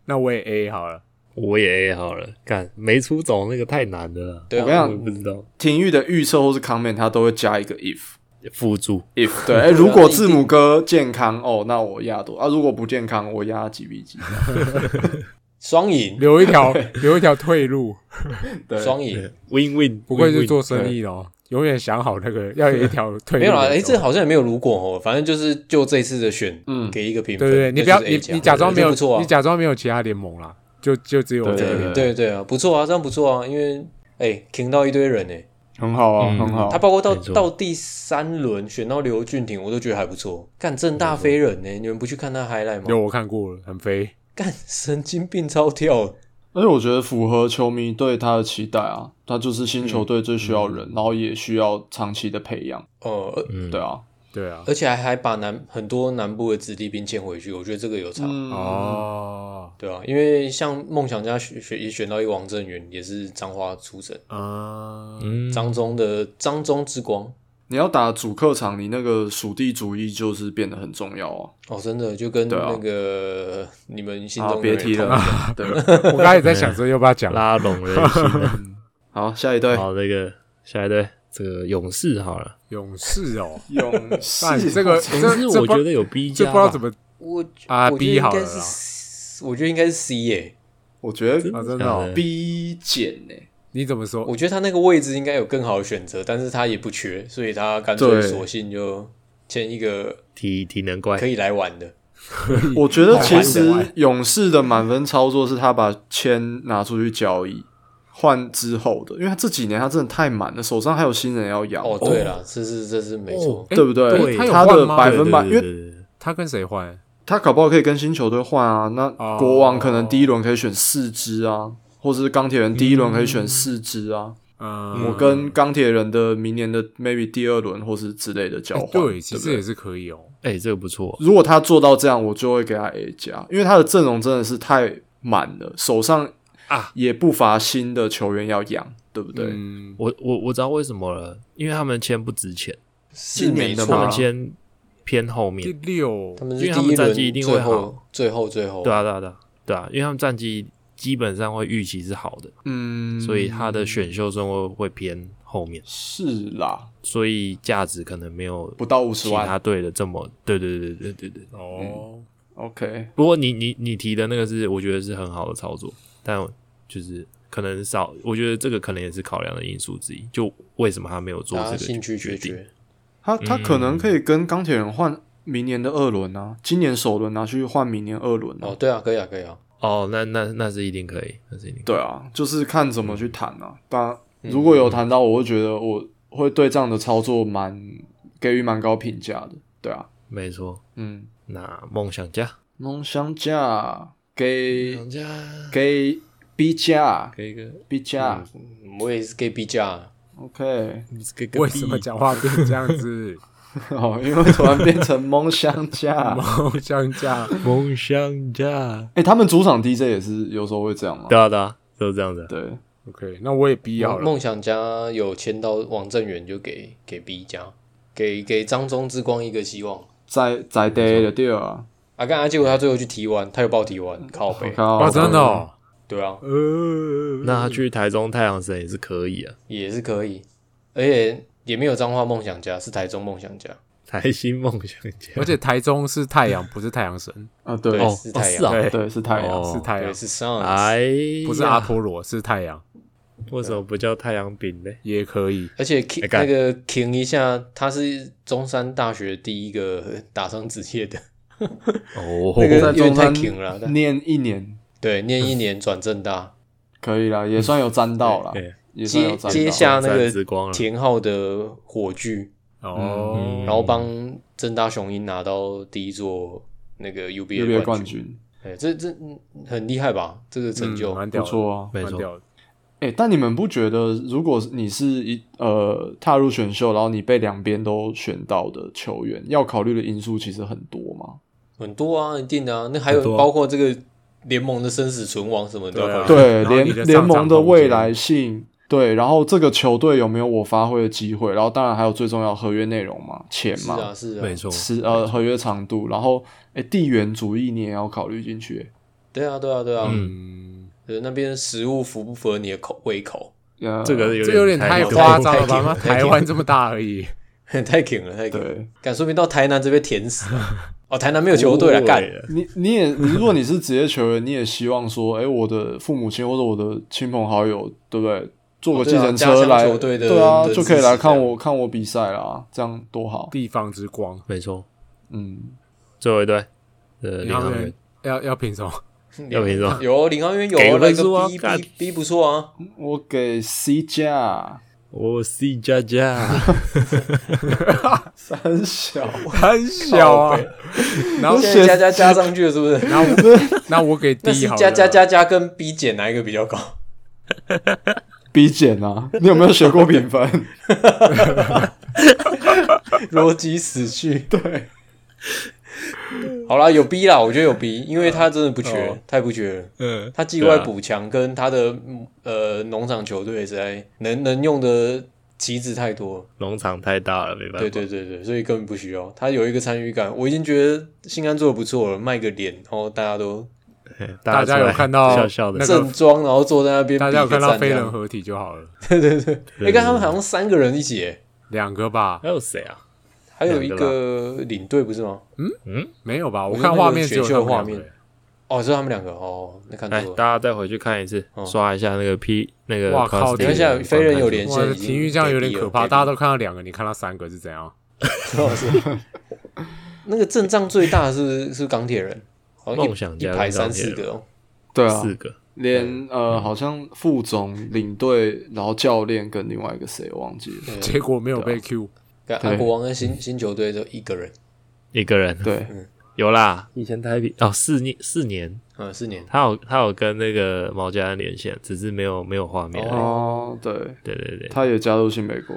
[SPEAKER 4] 那我也 A 好了，
[SPEAKER 2] 我也 A 好了，干没出走那个太难的了，
[SPEAKER 5] 对
[SPEAKER 3] 我跟你
[SPEAKER 5] 啊，
[SPEAKER 2] 我也
[SPEAKER 3] 讲，
[SPEAKER 2] 不知道
[SPEAKER 3] 体育的预测或是 comment，它都会加一个 if。
[SPEAKER 2] 辅助
[SPEAKER 3] if 对，哎，如果字母哥健康哦，那我压多啊；如果不健康，我压几比几。
[SPEAKER 5] 双赢，
[SPEAKER 4] 留一条留一条退路，
[SPEAKER 3] 对，
[SPEAKER 5] 双赢。
[SPEAKER 2] win win，
[SPEAKER 4] 不愧是做生意的哦，永远想好那个要有一条退路。
[SPEAKER 5] 没有啦，哎、
[SPEAKER 4] 哎，
[SPEAKER 5] 这好像也没有如果哦，反正就是就这次的选，
[SPEAKER 3] 嗯
[SPEAKER 5] 给一个评分。
[SPEAKER 4] 对对，你
[SPEAKER 5] 那
[SPEAKER 4] 不要
[SPEAKER 5] 就是
[SPEAKER 4] 你
[SPEAKER 5] A 加
[SPEAKER 4] 你假装没有
[SPEAKER 5] 我觉得不错啊，
[SPEAKER 4] 你假装没有其他联盟啦，就就只有
[SPEAKER 3] 对
[SPEAKER 4] 这
[SPEAKER 5] 对
[SPEAKER 4] 个
[SPEAKER 5] 对对对啊，不错啊，这样不错啊，因为哎，停到一堆人哎，
[SPEAKER 3] 很好啊，
[SPEAKER 2] 嗯
[SPEAKER 3] 很
[SPEAKER 4] 哦
[SPEAKER 3] 好
[SPEAKER 5] 他。包括到
[SPEAKER 2] 没错
[SPEAKER 5] 到第三轮选到刘俊廷，我都觉得还不错。干正大飞人呢，你们不去看他 highlight
[SPEAKER 4] 有
[SPEAKER 5] 吗？
[SPEAKER 4] 我看过了，很飞，
[SPEAKER 5] 干神经病超跳，
[SPEAKER 3] 而且我觉得符合球迷对他的期待啊，他就是新球队最需要人，然后也需要长期的培养。
[SPEAKER 5] 呃，
[SPEAKER 2] 嗯
[SPEAKER 3] 对啊，
[SPEAKER 4] 对啊，
[SPEAKER 5] 而且还还把南很多南部的子弟兵签回去，我觉得这个有差，
[SPEAKER 3] 嗯，
[SPEAKER 4] 哦，
[SPEAKER 5] 对啊，因为像梦想家选选也选到一个王正源，也是彰化出身，
[SPEAKER 4] 啊，
[SPEAKER 2] 嗯，
[SPEAKER 5] 彰中的彰中之光。
[SPEAKER 3] 你要打主客场，你那个属地主义就是变得很重要啊。
[SPEAKER 5] 哦，真的就跟
[SPEAKER 3] 对啊
[SPEAKER 5] 那个、你们心
[SPEAKER 2] 啊
[SPEAKER 3] 好，啊
[SPEAKER 5] 中
[SPEAKER 3] 别
[SPEAKER 5] 永远
[SPEAKER 3] 提 (laughs)
[SPEAKER 5] 同
[SPEAKER 3] 了
[SPEAKER 5] 一个。。
[SPEAKER 3] 对，
[SPEAKER 4] 我刚才也在想说要不要讲，
[SPEAKER 3] 嗯
[SPEAKER 2] 拉拢人心啊。
[SPEAKER 3] 好，下一队
[SPEAKER 2] 好，这个下一队这个勇士好了，
[SPEAKER 4] (laughs) 勇
[SPEAKER 3] (laughs)
[SPEAKER 4] 士哦，
[SPEAKER 3] 勇
[SPEAKER 4] 但
[SPEAKER 3] 士，
[SPEAKER 4] 这个
[SPEAKER 2] 勇
[SPEAKER 4] 这
[SPEAKER 2] 士
[SPEAKER 4] 这
[SPEAKER 2] 我
[SPEAKER 4] 不
[SPEAKER 2] 觉得有 B
[SPEAKER 4] 这
[SPEAKER 2] 加
[SPEAKER 4] 不知道
[SPEAKER 2] 吧
[SPEAKER 4] 怎，么
[SPEAKER 5] 我
[SPEAKER 4] 啊
[SPEAKER 5] 我觉
[SPEAKER 4] B
[SPEAKER 5] 得应
[SPEAKER 4] 好
[SPEAKER 5] 该
[SPEAKER 4] 了
[SPEAKER 5] 是
[SPEAKER 4] 啦
[SPEAKER 5] C- 我觉得应该是 C 耶、
[SPEAKER 3] (laughs) 我觉得
[SPEAKER 4] (laughs) 啊，
[SPEAKER 2] 真
[SPEAKER 4] 真
[SPEAKER 2] 的
[SPEAKER 4] 的
[SPEAKER 2] 假
[SPEAKER 4] 哦
[SPEAKER 3] 嗯
[SPEAKER 2] 的，
[SPEAKER 3] B 减欸呢，
[SPEAKER 4] 你怎么说？
[SPEAKER 5] 我觉得他那个位置应该有更好的选择，但是他也不缺，所以他干脆
[SPEAKER 3] 对
[SPEAKER 5] 索性就签一个
[SPEAKER 2] 体体能怪
[SPEAKER 5] 可，以来玩的。
[SPEAKER 3] 我觉得其
[SPEAKER 4] 好玩
[SPEAKER 3] 实勇士的满分操作是他把签拿出去交易换之后的，因为他这几年他真的太满了，手上还有新人要养，
[SPEAKER 5] 哦，对了，这是这是没
[SPEAKER 2] 哦
[SPEAKER 5] 错。
[SPEAKER 4] 诶
[SPEAKER 3] 对不对？
[SPEAKER 2] 对
[SPEAKER 4] 他有
[SPEAKER 3] 他
[SPEAKER 4] 换
[SPEAKER 3] 的
[SPEAKER 4] 吗
[SPEAKER 3] 百
[SPEAKER 2] 对
[SPEAKER 3] 分百，因为
[SPEAKER 2] 对
[SPEAKER 4] 他跟谁换？
[SPEAKER 3] 他搞不好可以跟新球队换啊。那
[SPEAKER 4] 哦
[SPEAKER 3] 国王可能第一轮可以选四支啊，或者是钢铁人第一轮可以选四支啊。
[SPEAKER 4] 嗯，
[SPEAKER 3] 我跟钢铁人的明年的 maybe 第二轮或是之类的交
[SPEAKER 4] 诶
[SPEAKER 3] 换，
[SPEAKER 4] 哎对，
[SPEAKER 3] 不
[SPEAKER 4] 其实也是可以哦。
[SPEAKER 2] 哎，这个不错，
[SPEAKER 3] 如果他做到这样，我就会给他 A 加，因为他的阵容真的是太满了，手上
[SPEAKER 2] 啊
[SPEAKER 3] 也不乏新的球员要养，对不对？
[SPEAKER 4] 嗯，
[SPEAKER 2] 我我我知道为什么了，因为他们签不值钱，
[SPEAKER 5] 是没
[SPEAKER 3] 今年的
[SPEAKER 5] 错，
[SPEAKER 2] 他
[SPEAKER 3] 吗
[SPEAKER 2] 们签偏后
[SPEAKER 4] 第
[SPEAKER 2] 面，
[SPEAKER 4] 六
[SPEAKER 5] 他，们
[SPEAKER 2] 因
[SPEAKER 5] 是
[SPEAKER 2] 为
[SPEAKER 5] 第
[SPEAKER 2] 他们
[SPEAKER 5] 一
[SPEAKER 2] 战
[SPEAKER 5] 轮
[SPEAKER 2] 绩一定
[SPEAKER 5] 最
[SPEAKER 2] 会好
[SPEAKER 5] 后最后最后
[SPEAKER 2] 对啊对啊对啊对啊，因为他们战绩基本上会预期是好的，
[SPEAKER 3] 嗯，
[SPEAKER 2] 所以他的选秀顺位会偏后面，
[SPEAKER 3] 是啦，
[SPEAKER 2] 所以价值可能没有
[SPEAKER 3] 不到五十
[SPEAKER 2] 其
[SPEAKER 3] 万。
[SPEAKER 2] 他队的这么，对对对对对对
[SPEAKER 3] 嗯
[SPEAKER 2] 对。
[SPEAKER 4] 哦，
[SPEAKER 3] OK，
[SPEAKER 2] 不过你你你提的那个是，我觉得是很好的操作，但就是可能少，我觉得这个可能也是考量的因素之一。就为什么他没有做
[SPEAKER 5] 大
[SPEAKER 2] 这
[SPEAKER 5] 家
[SPEAKER 2] 个
[SPEAKER 5] 啊兴趣
[SPEAKER 2] 决
[SPEAKER 5] 缺
[SPEAKER 2] 定？
[SPEAKER 5] 缺。
[SPEAKER 3] 他他
[SPEAKER 2] 嗯
[SPEAKER 3] 可能可以跟钢铁人换明年的二轮啊，今年首轮拿去换明年二轮啊。
[SPEAKER 5] 哦，对啊，可以啊，可以啊。
[SPEAKER 2] 哦，那那那是一定可以，那是一定可以。嗯
[SPEAKER 3] 对啊，就是看怎么去谈啊。但如果有谈到，我会觉得我会对这样的操作蛮给予蛮高评价的，对啊，
[SPEAKER 2] 没错。
[SPEAKER 3] 嗯，
[SPEAKER 2] 那梦想家，
[SPEAKER 3] 梦想家给
[SPEAKER 2] 梦想家
[SPEAKER 3] 给 B 加
[SPEAKER 2] 给一个
[SPEAKER 3] B 加
[SPEAKER 5] 嗯我也是给 B 加，
[SPEAKER 2] 嗯
[SPEAKER 3] ，OK， (laughs)
[SPEAKER 2] 给个
[SPEAKER 4] 为什么
[SPEAKER 2] 币
[SPEAKER 4] 讲话变这样子？，
[SPEAKER 3] 哦，因为突然变成梦想
[SPEAKER 2] (laughs)
[SPEAKER 3] 家
[SPEAKER 2] 嗯
[SPEAKER 4] 梦想家，
[SPEAKER 2] 梦想家？
[SPEAKER 3] 哎，他们主场 DJ 也是有时候会这样吗？
[SPEAKER 2] 对啊对啊，都是这样子啊。
[SPEAKER 3] 对，
[SPEAKER 4] OK，那我也 B 好
[SPEAKER 5] 梦
[SPEAKER 4] 了。
[SPEAKER 5] 梦想家有签到王正源就给给 B 加，给给张忠之光一个希望。
[SPEAKER 3] 在在 day 的对啊，
[SPEAKER 5] 啊，刚才结果他最后去提完，他又报提完，靠
[SPEAKER 3] 我
[SPEAKER 5] 背。
[SPEAKER 3] 靠，
[SPEAKER 4] 哇，真的哦，
[SPEAKER 5] 对啊，
[SPEAKER 4] 呃，
[SPEAKER 2] 那他去台中太阳神也是可以啊， (laughs)
[SPEAKER 5] 也是可以，而且也没有彰化梦想家，是台中梦想家。
[SPEAKER 2] 台新梦想家。
[SPEAKER 4] 而且台中是太阳，不是太阳神，
[SPEAKER 3] 啊，对
[SPEAKER 5] 对
[SPEAKER 2] 哦
[SPEAKER 5] 是
[SPEAKER 2] 哦
[SPEAKER 5] 太阳
[SPEAKER 2] 是啊，
[SPEAKER 4] 对
[SPEAKER 3] 对，是太阳，
[SPEAKER 2] 哦
[SPEAKER 4] 是太
[SPEAKER 5] 对，
[SPEAKER 4] 阳，
[SPEAKER 5] 是 Suns，、
[SPEAKER 2] 哎，
[SPEAKER 4] 不是阿，波罗，是太阳
[SPEAKER 2] 为什么不叫太阳饼呢？
[SPEAKER 4] 也可以。
[SPEAKER 5] 而且 King
[SPEAKER 2] 哎干
[SPEAKER 5] 那个 King 一下，他是中山大学第一个打上职业的，
[SPEAKER 2] 哦，
[SPEAKER 5] 那
[SPEAKER 3] 在
[SPEAKER 5] 个有
[SPEAKER 3] 中
[SPEAKER 5] 点太
[SPEAKER 3] 山
[SPEAKER 5] King 了。但
[SPEAKER 3] 念一年
[SPEAKER 5] 对，念一年转正大，
[SPEAKER 3] 可以啦，也算有沾到啦，
[SPEAKER 2] 对
[SPEAKER 3] 也算有
[SPEAKER 5] 接
[SPEAKER 3] 沾到。
[SPEAKER 5] 接下那
[SPEAKER 2] 之光
[SPEAKER 5] 个
[SPEAKER 2] 了
[SPEAKER 5] 田浩的火炬，
[SPEAKER 4] 哦
[SPEAKER 2] 嗯，
[SPEAKER 5] 然后帮正大雄鹰拿到第一座那个
[SPEAKER 3] NBA
[SPEAKER 5] UBA
[SPEAKER 3] 冠
[SPEAKER 5] 冠。
[SPEAKER 3] 军，
[SPEAKER 5] 哎，这这嗯很厉害吧？这个成就
[SPEAKER 4] 嗯，蛮
[SPEAKER 3] 不
[SPEAKER 4] 屌的，
[SPEAKER 3] 错啊。
[SPEAKER 2] 没
[SPEAKER 4] 蛮
[SPEAKER 2] 错
[SPEAKER 4] 屌的。
[SPEAKER 3] 哎、但你们不觉得，如果你是一呃踏入选秀，然后你被两边都选到的球员，要考虑的因素其实很多
[SPEAKER 4] (laughs)
[SPEAKER 3] 嘛？
[SPEAKER 5] 很多啊，一定的啊。那还有
[SPEAKER 2] 很多啊
[SPEAKER 5] 包括这个联盟的生死存亡什么都要考虑。
[SPEAKER 3] 对，
[SPEAKER 4] 然后你的
[SPEAKER 3] 联
[SPEAKER 4] 上
[SPEAKER 3] 联盟
[SPEAKER 4] 涨
[SPEAKER 3] 的
[SPEAKER 4] 空间
[SPEAKER 3] 未来性，对，然后这个球队有没有我发挥的机会，然后当然还有最重要合约内容嘛，钱
[SPEAKER 5] 是
[SPEAKER 3] 嘛
[SPEAKER 5] 啊，，是啊，
[SPEAKER 2] 没错，
[SPEAKER 3] 是呃合约长度，然后哎、地缘主义你也要考虑进去、
[SPEAKER 5] 对啊，对啊，对啊。
[SPEAKER 2] 嗯
[SPEAKER 4] 嗯，
[SPEAKER 5] 呃，那边食物符不符合你的口胃口？ (laughs)
[SPEAKER 3] 呃，
[SPEAKER 2] 这个有
[SPEAKER 4] 这有点太夸张了吧？
[SPEAKER 5] 太
[SPEAKER 4] 妈，
[SPEAKER 5] 太
[SPEAKER 4] 台湾这么大而已，
[SPEAKER 5] 太挺了，太挺了。
[SPEAKER 3] 对，
[SPEAKER 5] 敢说明到台南这边甜死了。哦，台南没有球队了，干。
[SPEAKER 3] 你你也，你如果你是职业球员，你也希望说，哎、我的父母亲或者我的亲朋好友，对不对？坐
[SPEAKER 5] 哦
[SPEAKER 3] 个
[SPEAKER 5] 对
[SPEAKER 3] 计
[SPEAKER 5] 啊
[SPEAKER 3] 程
[SPEAKER 5] 家
[SPEAKER 3] 车
[SPEAKER 5] 乡
[SPEAKER 3] 来，
[SPEAKER 5] 球队的
[SPEAKER 3] 对啊，
[SPEAKER 5] 的
[SPEAKER 3] 就
[SPEAKER 5] 支
[SPEAKER 3] 可以来
[SPEAKER 5] 持这
[SPEAKER 3] 看
[SPEAKER 5] 样
[SPEAKER 3] 我看我比赛啦，这样多好。
[SPEAKER 4] 地方之光。
[SPEAKER 2] 没错。
[SPEAKER 3] 嗯，
[SPEAKER 2] 最后一队，呃，
[SPEAKER 4] 领
[SPEAKER 2] 领
[SPEAKER 4] 航
[SPEAKER 2] 航
[SPEAKER 4] 员
[SPEAKER 2] 员
[SPEAKER 4] 要要凭什么？
[SPEAKER 2] 要凭什么？
[SPEAKER 5] 有领航员有
[SPEAKER 2] 给
[SPEAKER 5] 那
[SPEAKER 2] 个分数
[SPEAKER 5] 个
[SPEAKER 2] 啊
[SPEAKER 5] B
[SPEAKER 2] 干
[SPEAKER 5] B B 不错啊，
[SPEAKER 3] 我给 C 加
[SPEAKER 2] 我 C 加加，
[SPEAKER 4] (laughs)
[SPEAKER 3] 三小，
[SPEAKER 4] 很小啊。然后
[SPEAKER 5] 现在加加加上去了是不是？
[SPEAKER 4] 然后我那我给
[SPEAKER 5] (laughs) 那
[SPEAKER 4] D
[SPEAKER 5] 是
[SPEAKER 4] 好了，
[SPEAKER 5] 加加加加跟 B 减哪一个比较高？
[SPEAKER 3] B 减啊，你有没有学过评分？ (laughs)
[SPEAKER 5] 逻辑死去。对。好啦，有 B 啦，我觉得有 B，因为他真的不缺，
[SPEAKER 4] 哦
[SPEAKER 5] 太不缺了。
[SPEAKER 2] 嗯，
[SPEAKER 5] 他季外
[SPEAKER 2] 对啊
[SPEAKER 5] 补强跟他的嗯呃农场球队实在能能用的棋子太多了，
[SPEAKER 2] (laughs) 农场太大了，没办法。
[SPEAKER 4] 啊
[SPEAKER 5] 对对对对，所以根本不需要。他有一个参与感，我已经觉得新安做的不错了，卖个脸，然后大家都
[SPEAKER 2] 对， (laughs)
[SPEAKER 4] 大家
[SPEAKER 2] 出来
[SPEAKER 4] 有看到
[SPEAKER 2] 笑笑的，
[SPEAKER 4] 那个
[SPEAKER 5] 正装，然后坐在那边，
[SPEAKER 4] 大家有看到飞人
[SPEAKER 5] 人？
[SPEAKER 4] 合体就好了，
[SPEAKER 5] 哎，看他们好像三个人一起耶，
[SPEAKER 4] 两个吧？
[SPEAKER 2] 还有谁啊？
[SPEAKER 5] 还有一
[SPEAKER 2] 两
[SPEAKER 5] 个领队不是吗？
[SPEAKER 4] 没有吧？我
[SPEAKER 5] 我
[SPEAKER 4] 看
[SPEAKER 5] 看
[SPEAKER 4] 画
[SPEAKER 5] 那个
[SPEAKER 4] 面只有
[SPEAKER 5] 选秀
[SPEAKER 4] 他们
[SPEAKER 5] 画
[SPEAKER 4] 两个
[SPEAKER 5] 面哦，是他们两个哦，那看
[SPEAKER 2] 哎，
[SPEAKER 5] 错
[SPEAKER 2] 大
[SPEAKER 5] 了。
[SPEAKER 2] 家再回去看一次
[SPEAKER 5] 哦，
[SPEAKER 2] 刷一下那个 P 那个 Cross 的。
[SPEAKER 4] 哇靠
[SPEAKER 5] 你看现在飞人有连
[SPEAKER 4] 我的
[SPEAKER 5] 线，
[SPEAKER 4] 体育这样有点可怕，
[SPEAKER 5] 给力了
[SPEAKER 4] 大家都看到两个，你看到三个是怎样？
[SPEAKER 5] 那个阵仗最大的是是钢铁人，好像一
[SPEAKER 2] 梦想
[SPEAKER 5] 一
[SPEAKER 2] 家
[SPEAKER 5] 排
[SPEAKER 2] 跟
[SPEAKER 5] 三
[SPEAKER 2] 钢铁
[SPEAKER 5] 四
[SPEAKER 2] 人
[SPEAKER 5] 个哦，
[SPEAKER 3] 对啊，
[SPEAKER 2] 四个，
[SPEAKER 3] 连呃，好像副总、领队，然后教练跟另外一个谁忘记了，
[SPEAKER 5] 对啊
[SPEAKER 4] 结果没有被 Q，
[SPEAKER 5] 干
[SPEAKER 3] 对
[SPEAKER 5] 阿国王跟新新球队就一个人，
[SPEAKER 2] 一个人
[SPEAKER 3] 对，
[SPEAKER 2] 有啦。以前台比哦，四年四年，
[SPEAKER 5] 嗯，四年，
[SPEAKER 2] 他有他有跟那个毛家恩连线，只是没有没有画面而已。
[SPEAKER 3] 哦，对，
[SPEAKER 2] 对对对，
[SPEAKER 3] 他也加入新美国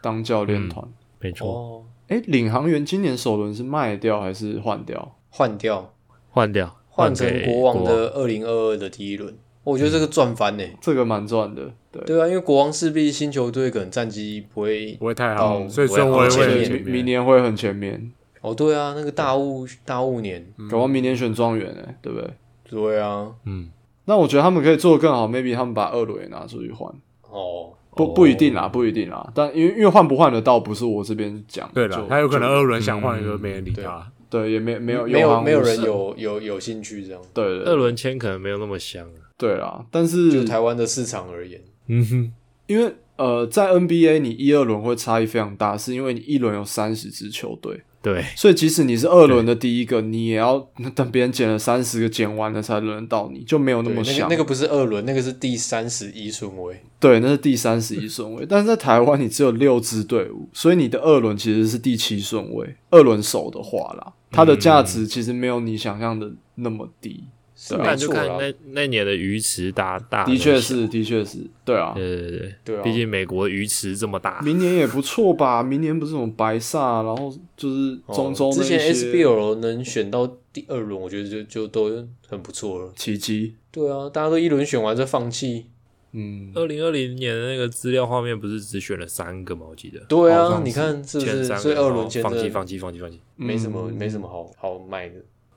[SPEAKER 3] 当教练团。
[SPEAKER 2] 没错，
[SPEAKER 5] 哦，
[SPEAKER 3] 哎，领航员今年首轮是卖掉还是换掉？
[SPEAKER 5] 换掉，
[SPEAKER 2] 换掉
[SPEAKER 5] 换成
[SPEAKER 2] 给
[SPEAKER 5] 国
[SPEAKER 2] 国
[SPEAKER 5] 王的二零二二的第一轮，哦我觉得这个赚翻呢。
[SPEAKER 3] 这个蛮赚的，对，
[SPEAKER 5] 对啊，因为国王势必新球队可能战绩不会
[SPEAKER 4] 不会太好，
[SPEAKER 5] 哦
[SPEAKER 4] 所以孙
[SPEAKER 2] 不会
[SPEAKER 4] 薇
[SPEAKER 2] 好
[SPEAKER 4] 薇
[SPEAKER 5] 前
[SPEAKER 4] 很
[SPEAKER 5] 面
[SPEAKER 4] 前
[SPEAKER 3] 明明
[SPEAKER 4] 面。
[SPEAKER 3] 年会很前面，
[SPEAKER 5] 哦，对啊，那个大雾大雾年，
[SPEAKER 4] 嗯
[SPEAKER 3] 搞不好明年选状元哎，对不对？
[SPEAKER 5] 对啊，
[SPEAKER 2] 嗯，
[SPEAKER 3] 那我觉得他们可以做得更好，maybe 他们把二轮也拿出去换，
[SPEAKER 5] 哦，
[SPEAKER 3] 不不一定啦，不一定啦，但因为因为换不换得到不是我这边讲，
[SPEAKER 4] 对
[SPEAKER 3] 就
[SPEAKER 4] 了，他有可能
[SPEAKER 3] 就
[SPEAKER 4] 二轮想换的时候
[SPEAKER 5] 嗯
[SPEAKER 4] 没人理
[SPEAKER 5] 啊
[SPEAKER 4] 他，
[SPEAKER 3] 对，也没没有
[SPEAKER 5] 没有没有人
[SPEAKER 3] 行无市
[SPEAKER 5] 有有有兴趣这样，
[SPEAKER 3] 对对对
[SPEAKER 2] 二轮签可能没有那么香啊。
[SPEAKER 3] 对啦，但
[SPEAKER 5] 就是台湾的市场而言，
[SPEAKER 2] 嗯哼，
[SPEAKER 3] 因为呃，在 NBA 你一二轮会差异非常大，是因为你一轮有三十支球队，
[SPEAKER 2] 对，
[SPEAKER 3] 所以即使你是二轮的第一个，你也要等别人捡了三十个，捡完了才轮到你，就没有那
[SPEAKER 5] 对
[SPEAKER 3] 么
[SPEAKER 5] 那个
[SPEAKER 3] 香。
[SPEAKER 5] 那个不是二轮，那个是第三十一顺位。
[SPEAKER 3] 对，那是第三十一顺
[SPEAKER 5] (laughs)
[SPEAKER 3] 位，但是在台湾你只有六支队伍，所以你的二轮其实是第七顺位。二轮手的话啦，它的价值其实没有你想象的那么
[SPEAKER 5] 嗯
[SPEAKER 3] 低。
[SPEAKER 5] 是
[SPEAKER 3] 对啊
[SPEAKER 5] 没
[SPEAKER 2] 但就
[SPEAKER 5] 错
[SPEAKER 2] 看
[SPEAKER 5] 啦，
[SPEAKER 2] 那那年的鱼池大大
[SPEAKER 3] 的确
[SPEAKER 2] 小
[SPEAKER 3] 是，的确是，对啊。
[SPEAKER 2] 对对对
[SPEAKER 5] 对啊
[SPEAKER 2] 毕竟美国鱼池这么大，
[SPEAKER 3] 明年也不错吧？明年不是什么白萨，然后就是中州
[SPEAKER 5] 哦
[SPEAKER 3] 那
[SPEAKER 5] 之
[SPEAKER 3] 一些、
[SPEAKER 5] 前 SBL 能选到第二轮，我觉得就就都很不错了。
[SPEAKER 3] 奇迹，
[SPEAKER 5] 对啊，大家都一轮选完再放弃。
[SPEAKER 3] 嗯，
[SPEAKER 5] 呃
[SPEAKER 2] 二零二零年的那个资料画面不是只选了三个吗？我记得
[SPEAKER 5] 对
[SPEAKER 3] 好
[SPEAKER 5] 啊，
[SPEAKER 3] 像
[SPEAKER 5] 你看是不
[SPEAKER 2] 前
[SPEAKER 5] 是？
[SPEAKER 2] 三个，
[SPEAKER 5] 所以二
[SPEAKER 2] 然
[SPEAKER 5] 轮
[SPEAKER 2] 后
[SPEAKER 5] 签
[SPEAKER 2] 放弃
[SPEAKER 5] 证
[SPEAKER 2] 放弃放弃放弃，
[SPEAKER 5] 没什么
[SPEAKER 3] 嗯
[SPEAKER 5] 没什么好好卖的。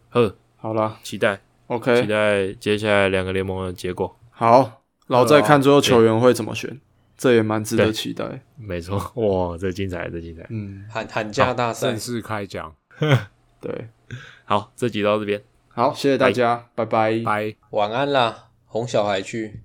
[SPEAKER 2] 呵，
[SPEAKER 3] 好啦
[SPEAKER 2] 期待期
[SPEAKER 3] OK，
[SPEAKER 2] 待接下来两个联盟的结果。
[SPEAKER 3] 好，然后再看最后球员会怎么选，这也蛮值得期待。
[SPEAKER 2] 没错，哇，这精彩，这精彩。
[SPEAKER 3] 嗯，
[SPEAKER 5] 喊喊价大赛
[SPEAKER 4] 正，式开讲，
[SPEAKER 3] 对，
[SPEAKER 2] 好，这集到这边。
[SPEAKER 5] 嗯
[SPEAKER 3] 好，谢谢大家，拜拜
[SPEAKER 4] 拜。
[SPEAKER 5] 晚安啦，哄小孩去。